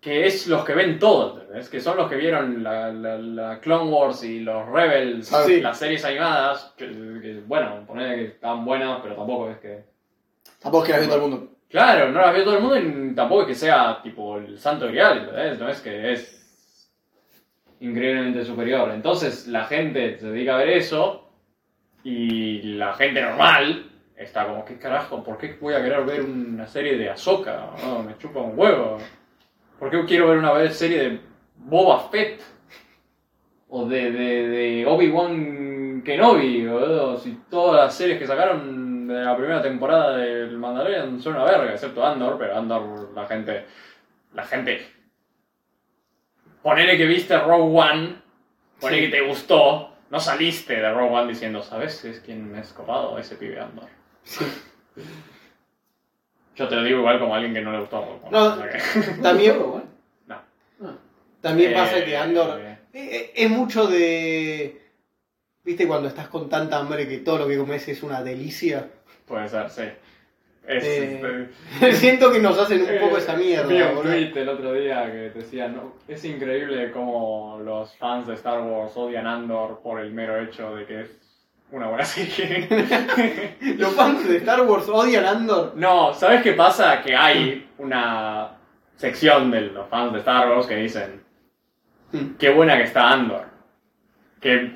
Speaker 3: que es los que ven todo, ¿entendés? Que son los que vieron la, la- la Clone Wars y los Rebels,
Speaker 1: Ah, sí.
Speaker 3: las series animadas, que, que, bueno, poner que están buenas, pero tampoco es que...
Speaker 1: Tampoco es que la vi todo el mundo.
Speaker 3: Claro, no las vio todo el mundo y tampoco es que sea tipo el santo grial, ¿entendés? No es que es increíblemente superior. Entonces la gente se dedica a ver eso y la gente normal está como, ¿qué carajo? ¿Por qué voy a querer ver una serie de Ahsoka? No, me chupa un huevo. ¿Por qué quiero ver una vez serie de Boba Fett? O de, de, de Obi-Wan Kenobi, boludo. Si todas las series que sacaron de la primera temporada del Mandalorian son una verga, excepto Andor, pero Andor la gente. La gente. Ponele que viste Rogue One, ponele que te gustó, no saliste de Rogue One diciendo, ¿sabes es quién me es copado? Ese pibe Andor. Yo te lo digo igual como alguien que no le gustó. Rogue One,
Speaker 4: No,
Speaker 3: o sea que-
Speaker 4: También,
Speaker 3: No.
Speaker 4: también
Speaker 3: Eh,
Speaker 4: pasa que Andor
Speaker 3: eh,
Speaker 4: eh, es mucho de... ¿Viste cuando estás con tanta hambre que todo lo que comes es una delicia?
Speaker 3: Puede ser, sí. Es,
Speaker 4: Eh,
Speaker 3: este,
Speaker 4: Siento que nos hacen un poco
Speaker 3: eh,
Speaker 4: esa
Speaker 3: Vi
Speaker 4: mierda,
Speaker 3: un
Speaker 4: boludo.
Speaker 3: tweet el otro día que decía, "No, es increíble cómo los fans de Star Wars odian Andor por el mero hecho de que es una buena serie.
Speaker 4: Los fans de Star Wars odian Andor.
Speaker 3: no, ¿sabes qué pasa? Que hay una sección de los fans de Star Wars que dicen,
Speaker 4: Hmm.
Speaker 3: qué buena que está Andor. Qué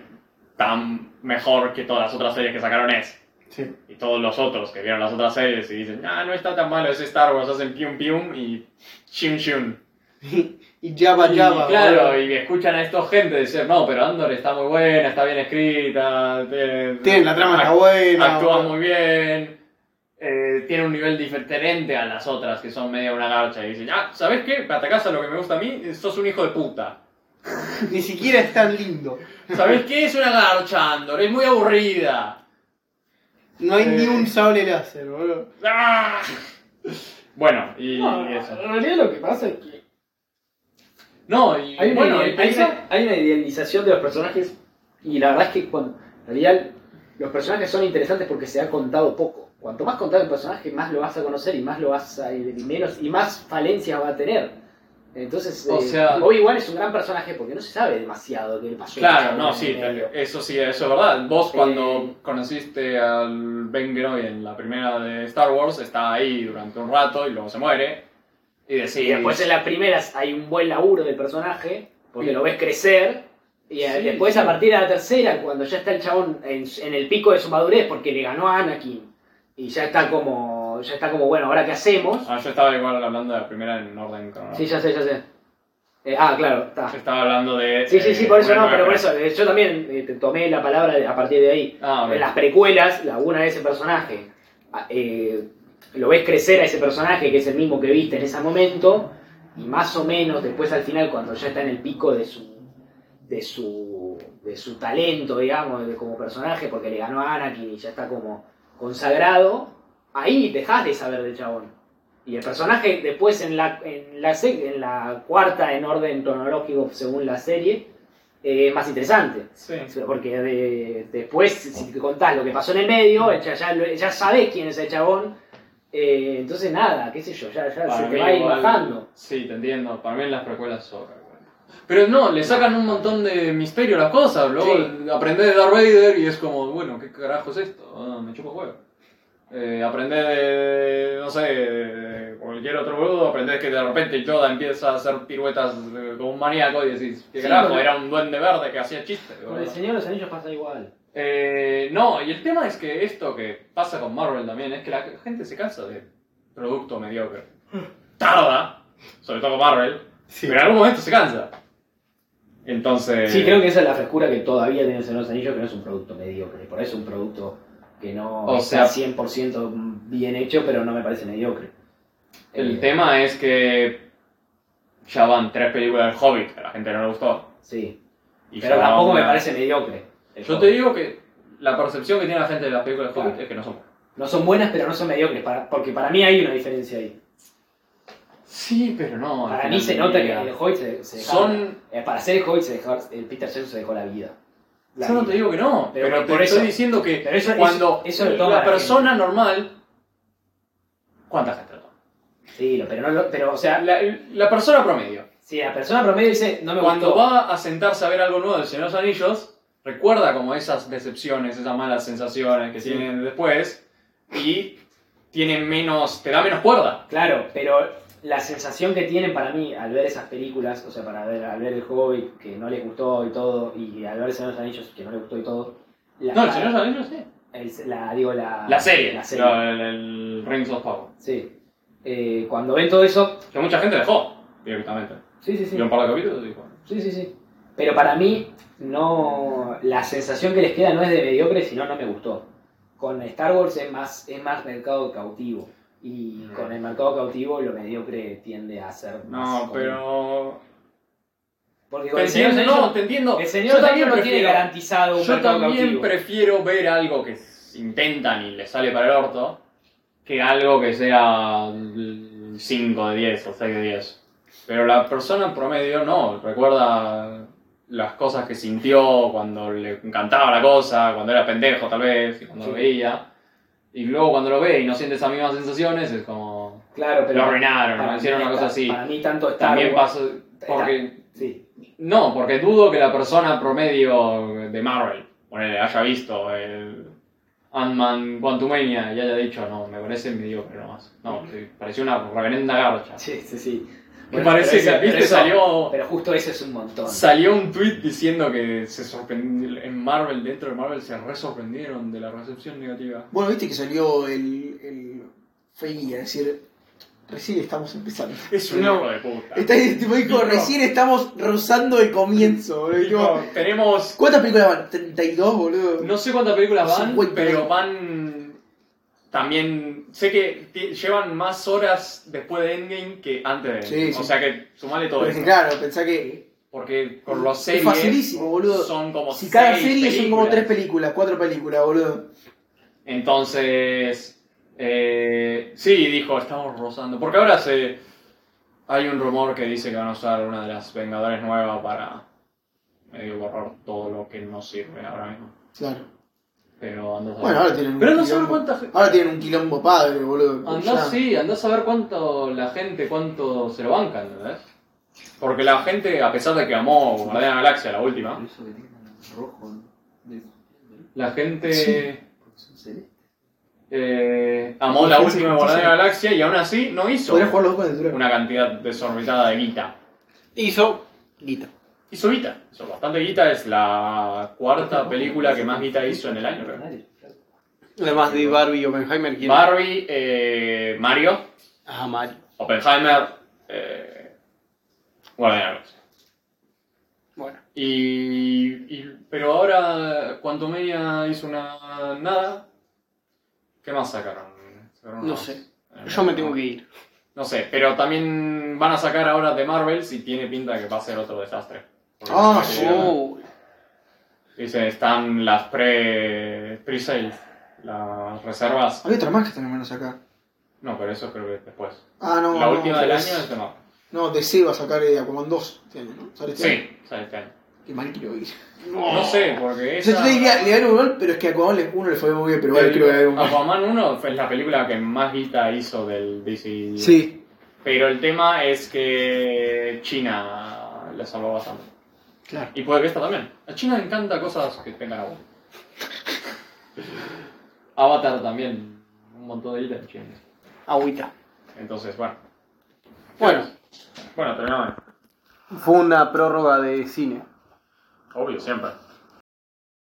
Speaker 3: tan mejor que todas las otras series que sacaron es.
Speaker 4: Sí.
Speaker 3: y todos los otros que vieron las otras series y dicen, ah, no está tan malo, es Star Wars, hacen pium pium y chun chun.
Speaker 4: Y Jabba
Speaker 3: Y
Speaker 4: Jabba.
Speaker 3: claro,
Speaker 4: boludo.
Speaker 3: y escuchan a estos gente decir, no, pero Andor está muy buena, está bien escrita, tiene,
Speaker 4: Tienen la trama está
Speaker 3: act-
Speaker 4: buena.
Speaker 3: actúa
Speaker 4: boludo.
Speaker 3: muy bien, eh, tiene un nivel diferente a las otras que son media una garcha y dicen, ah, ¿sabes qué? Me atacás a lo que me gusta a mí, sos un eh, hijo de puta.
Speaker 4: Ni siquiera es tan lindo.
Speaker 3: ¿Sabes qué? Es una garcha, Andor. Es muy aburrida.
Speaker 4: No hay ni un sable láser, boludo.
Speaker 3: ¡Ah!
Speaker 2: Bueno, y,
Speaker 6: No,
Speaker 2: y eso.
Speaker 6: en realidad lo que pasa es que
Speaker 3: No, y
Speaker 6: hay una,
Speaker 3: bueno,
Speaker 6: idea-
Speaker 3: y
Speaker 6: hay
Speaker 3: piensa-
Speaker 6: una- hay una idealización de los personajes y la verdad es que cuando, en realidad los personajes son interesantes porque se ha contado poco. Cuanto más contado el personaje, más lo vas a conocer y más lo vas a y menos y más falencias va a tener. Entonces,
Speaker 3: O
Speaker 6: eh,
Speaker 3: sea-
Speaker 6: Obi-Wan es un gran personaje porque no se sabe demasiado qué le pasó.
Speaker 3: Claro, no,
Speaker 6: Eh,
Speaker 3: sí, te- eso sí, eso es verdad. Vos
Speaker 6: Sí.
Speaker 3: cuando conociste al Ben Kenobi en la primera de Star Wars, está ahí durante un rato y luego se muere. Y decís...
Speaker 6: Y después en las primeras hay un buen laburo del personaje, porque lo ves crecer. Y eh,
Speaker 3: Sí,
Speaker 6: después
Speaker 3: sí.
Speaker 6: a partir de la tercera, cuando ya está el chabón en, en el pico de su madurez, porque le ganó a Anakin. Y ya está como, ya está como bueno, ¿ahora qué hacemos?
Speaker 3: Ah, yo estaba igual hablando de la primera en orden cronológico.
Speaker 6: Sí, ya sé, ya sé. Eh, ah, claro, está.
Speaker 3: Yo estaba hablando de...
Speaker 6: Sí, sí, sí,
Speaker 3: eh,
Speaker 6: por eso
Speaker 3: una
Speaker 6: no,
Speaker 3: nueva
Speaker 6: pero por eso,
Speaker 3: generación.
Speaker 6: eh, yo también eh, te tomé la palabra de- a partir de ahí.
Speaker 3: Ah,
Speaker 6: En las
Speaker 3: ok.
Speaker 6: precuelas, la una de ese personaje. a- eh, lo ves crecer a ese personaje que es el mismo que viste en ese momento. Y más o menos después al final, cuando ya está en el pico de su. de su. de su talento, digamos, de- como personaje, porque le ganó a Anakin y ya está como consagrado. Ahí dejás de saber del chabón. Y el personaje después en la, en la, se- en la cuarta en orden cronológico según la serie eh, es más interesante.
Speaker 3: Sí.
Speaker 6: Porque de- después, si te contás lo que pasó en el medio, ya, ya, lo- ya sabés quién es el chabón. eh, entonces, nada, qué sé yo, ya, ya se
Speaker 3: Para
Speaker 6: te
Speaker 3: mí
Speaker 6: va a ir
Speaker 3: igual-
Speaker 6: bajando.
Speaker 3: Sí, te entiendo. Para mí en las precuelas sobra. igual. Pero no, le sacan un montón de misterio a las cosas. Luego
Speaker 6: Sí.
Speaker 3: aprendés de Darth Vader y es como, bueno, ¿qué carajo es esto? Ah, me chupo huevo. Eh, aprendés de, no sé, de cualquier otro boludo, aprendés que de repente Yoda empieza a hacer piruetas eh, como un maníaco y decís, ¿qué
Speaker 6: Sí,
Speaker 3: carajo?
Speaker 6: porque-
Speaker 3: Era un duende verde que hacía chistes.
Speaker 6: Con el
Speaker 3: boludo.
Speaker 6: Señor de los Anillos pasa igual.
Speaker 3: Eh, no, y el tema es que esto que pasa con Marvel también es que la gente se cansa de producto mediocre.
Speaker 6: Mm.
Speaker 3: Tarda, sobre todo con Marvel, pero en algún momento se cansa. Entonces.
Speaker 6: Sí, creo que esa es la frescura que todavía tiene el Señor de los Anillos, que no es un producto mediocre. Por eso es un producto que no
Speaker 3: O
Speaker 6: está
Speaker 3: sea-
Speaker 6: 100% bien hecho, pero no me parece mediocre.
Speaker 3: El
Speaker 6: Eh,
Speaker 3: tema es que. Ya van tres películas del Hobbit, a la gente no le gustó.
Speaker 6: Sí,
Speaker 3: y
Speaker 6: pero
Speaker 3: ya va
Speaker 6: tampoco me
Speaker 3: una-
Speaker 6: parece mediocre. el
Speaker 3: Yo
Speaker 6: juego.
Speaker 3: te digo que la percepción que tiene la gente de las películas del Hobbit
Speaker 6: Claro.
Speaker 3: es que no son.
Speaker 6: No son buenas, pero no son mediocres, para- porque para mí hay una diferencia ahí.
Speaker 3: Sí, pero no. al
Speaker 6: Para
Speaker 3: final
Speaker 6: mí se nota
Speaker 3: del
Speaker 6: que
Speaker 3: día.
Speaker 6: en el Hobbit se, se dejaron-
Speaker 3: Son.
Speaker 6: eh, para ser el Hobbit se dejó, el Peter Jackson se dejó la vida. La
Speaker 3: Yo no
Speaker 6: vida.
Speaker 3: te digo que no,
Speaker 6: Pero
Speaker 3: pero,
Speaker 6: bueno,
Speaker 3: te
Speaker 6: por
Speaker 3: estoy
Speaker 6: eso.
Speaker 3: diciendo que
Speaker 6: Pero eso,
Speaker 3: cuando
Speaker 6: eso, eso lo toma
Speaker 3: la persona normal cuánta gente lo toma
Speaker 6: gente. Sí, lo- pero no lo- pero o sea,
Speaker 3: la, la persona promedio
Speaker 6: si la persona promedio dice no me
Speaker 3: cuando
Speaker 6: gustó.
Speaker 3: va a sentarse a ver algo nuevo del Señor de los Anillos recuerda como esas decepciones esas malas sensaciones que tienen después y tiene menos te da menos cuerda
Speaker 6: Claro, pero la sensación que tienen para mí al ver esas películas, o sea, para ver, al ver el Hobbit que no les gustó y todo, y al ver el Señor de los Anillos que no les gustó y todo. La,
Speaker 3: no el Señor de los Anillos sí
Speaker 6: el- la- digo la,
Speaker 3: la serie,
Speaker 6: Ah, la serie.
Speaker 3: la- el, el Rings of Power
Speaker 6: Sí. Eh, cuando ven todo eso,
Speaker 3: que mucha gente dejó directamente
Speaker 6: sí, sí, sí.
Speaker 3: vio un par de capítulos y dijo
Speaker 6: Sí, sí, sí. Pero para mí, no. La sensación que les queda no es de mediocre, sino no me gustó. Con Star Wars es más, es más mercado cautivo. Y
Speaker 3: Mm.
Speaker 6: con el mercado cautivo lo mediocre tiende a ser
Speaker 3: no
Speaker 6: más. común.
Speaker 3: pero
Speaker 6: Porque con
Speaker 3: te
Speaker 6: el Señor de
Speaker 3: entiendo
Speaker 6: los
Speaker 3: no
Speaker 6: Anillos-
Speaker 3: te entiendo
Speaker 6: el
Speaker 3: Yo
Speaker 6: Señor de los
Speaker 3: también
Speaker 6: Anillos no tiene
Speaker 3: prefiero-
Speaker 6: garantizado un
Speaker 3: Yo
Speaker 6: mercado
Speaker 3: también
Speaker 6: cautivo.
Speaker 3: prefiero ver algo que s- intentan y les sale para el orto que algo que sea 5 de 10 o 6 de 10. Pero la persona en promedio no, recuerda las cosas que sintió cuando le encantaba la cosa, cuando era pendejo tal vez, y cuando lo
Speaker 6: Sí.
Speaker 3: veía. Y luego cuando lo ve y no siente esas mismas sensaciones es como...
Speaker 6: Claro, pero.
Speaker 3: lo arruinaron,
Speaker 6: para
Speaker 3: ¿no? hicieron
Speaker 6: mí
Speaker 3: una cosa
Speaker 6: está-
Speaker 3: así.
Speaker 6: Para mí, tanto Star
Speaker 3: También
Speaker 6: Wars.
Speaker 3: pasó... Porque
Speaker 6: Sí.
Speaker 3: no, porque dudo que la persona promedio de Marvel ponele, haya visto el Ant-Man Quantumania y haya dicho, no, me parece mediocre nomás. No, te pareció una reverenda garcha.
Speaker 6: Sí, sí, sí.
Speaker 3: Me
Speaker 6: Bueno,
Speaker 3: parece
Speaker 6: pero
Speaker 3: que
Speaker 6: eso-
Speaker 3: viste,
Speaker 6: pero eso-
Speaker 3: salió,
Speaker 6: Pero justo eso es un montón.
Speaker 3: salió un tweet diciendo que se sorprendió, en Marvel, dentro de Marvel, se resorprendieron de la recepción negativa.
Speaker 1: Bueno, viste que salió el, el Feige a decir, recién estamos empezando.
Speaker 3: Es un
Speaker 1: No.
Speaker 3: hijo de puta.
Speaker 1: Está ahí, tipo, dijo,
Speaker 3: Tipo.
Speaker 1: recién estamos rozando el comienzo, boludo.
Speaker 3: Tipo,
Speaker 1: Digo,
Speaker 3: tenemos,
Speaker 1: ¿Cuántas películas van? ¿32, boludo?
Speaker 3: no sé cuántas películas van,
Speaker 1: 50.
Speaker 3: pero van también sé que ti- llevan más horas después de Endgame que antes de
Speaker 1: Sí,
Speaker 3: Endgame. O
Speaker 1: sí.
Speaker 3: sea que sumale todo
Speaker 1: Porque
Speaker 3: eso.
Speaker 1: claro, pensá que
Speaker 3: Porque con las
Speaker 1: Es
Speaker 3: series
Speaker 1: facilísimo, boludo.
Speaker 3: son como
Speaker 1: Si cada
Speaker 3: seis
Speaker 1: serie son como
Speaker 3: películas.
Speaker 1: tres películas, cuatro películas, boludo.
Speaker 3: Entonces, eh, sí, dijo, estamos rozando. Porque ahora se, hay un rumor que dice que van a usar una de las Vengadores nuevas para medio borrar todo lo que no sirve ahora mismo.
Speaker 1: Claro.
Speaker 3: Pero andás a
Speaker 1: Bueno,
Speaker 3: ver.
Speaker 1: ahora tienen un
Speaker 3: Pero andás a ver
Speaker 1: quilombo.
Speaker 3: cuánta gente...
Speaker 1: Ahora tienen un quilombo padre, boludo.
Speaker 3: Andás,
Speaker 1: Ya.
Speaker 3: sí, andás a ver cuánto la gente, cuánto se lo banca, ¿entendés? Porque la gente, a pesar de que amó Guardián de la Galaxia, la última,
Speaker 7: eso que tienen rojo, ¿no? De-
Speaker 3: la gente...
Speaker 7: porque son celestes.
Speaker 3: eh, amó la última de Guardián de la Galaxia y aún así no hizo
Speaker 1: Podrías jugar los dos con el duro.
Speaker 3: una cantidad desorbitada de guita.
Speaker 1: Hizo. Guita.
Speaker 3: Hizo guita, hizo bastante guita, es la cuarta película que más guita hizo en el año. creo.
Speaker 4: Además de Barbie y Oppenheimer, ¿quién?
Speaker 3: Barbie, eh, Mario,
Speaker 4: ah, Mario.
Speaker 3: Oppenheimer, eh, Guardián de la Galaxia.
Speaker 4: Bueno.
Speaker 3: Y, y- pero ahora Quantumania hizo una nada. ¿Qué más sacaron? Sacaron
Speaker 4: No
Speaker 3: unos-
Speaker 4: sé. Yo me tengo que ir.
Speaker 3: No sé, pero también van a sacar ahora de Marvel si tiene pinta de que va a ser otro desastre. Porque
Speaker 1: Ah,
Speaker 3: se
Speaker 1: sí.
Speaker 4: Oh,
Speaker 3: Dice, están las pre pre-sales, las reservas.
Speaker 1: Había otras más que también van a sacar.
Speaker 3: No, pero eso creo que es después.
Speaker 1: Ah, no.
Speaker 3: la
Speaker 1: no,
Speaker 3: última del año
Speaker 1: pero es-
Speaker 3: es de Marvel.
Speaker 1: No, DC va a sacar eh, Aquaman 2. este año, ¿no? Sale este año.
Speaker 3: Sí, sale este año.
Speaker 1: Qué mal quiero ir.
Speaker 3: No sé, porque
Speaker 1: O sea,
Speaker 3: esa...
Speaker 1: yo te diría, le dan un gol, pero es que a Aquaman le- uno le fue muy bien, pero igual creo que le
Speaker 3: Ah,
Speaker 1: dieron un gol.
Speaker 3: Aquaman 1 fue la película que más guita hizo del DC.
Speaker 1: Sí.
Speaker 3: Pero el tema es que China la salvó bastante.
Speaker 1: Claro.
Speaker 3: Y puede que esta también. A China le encanta cosas que tengan agua. Avatar también. Un montón de ítems chinos.
Speaker 4: agüita.
Speaker 3: Entonces, bueno.
Speaker 4: Bueno,
Speaker 3: Bueno, terminamos.
Speaker 4: fue una prórroga de cine.
Speaker 3: Obvio, siempre.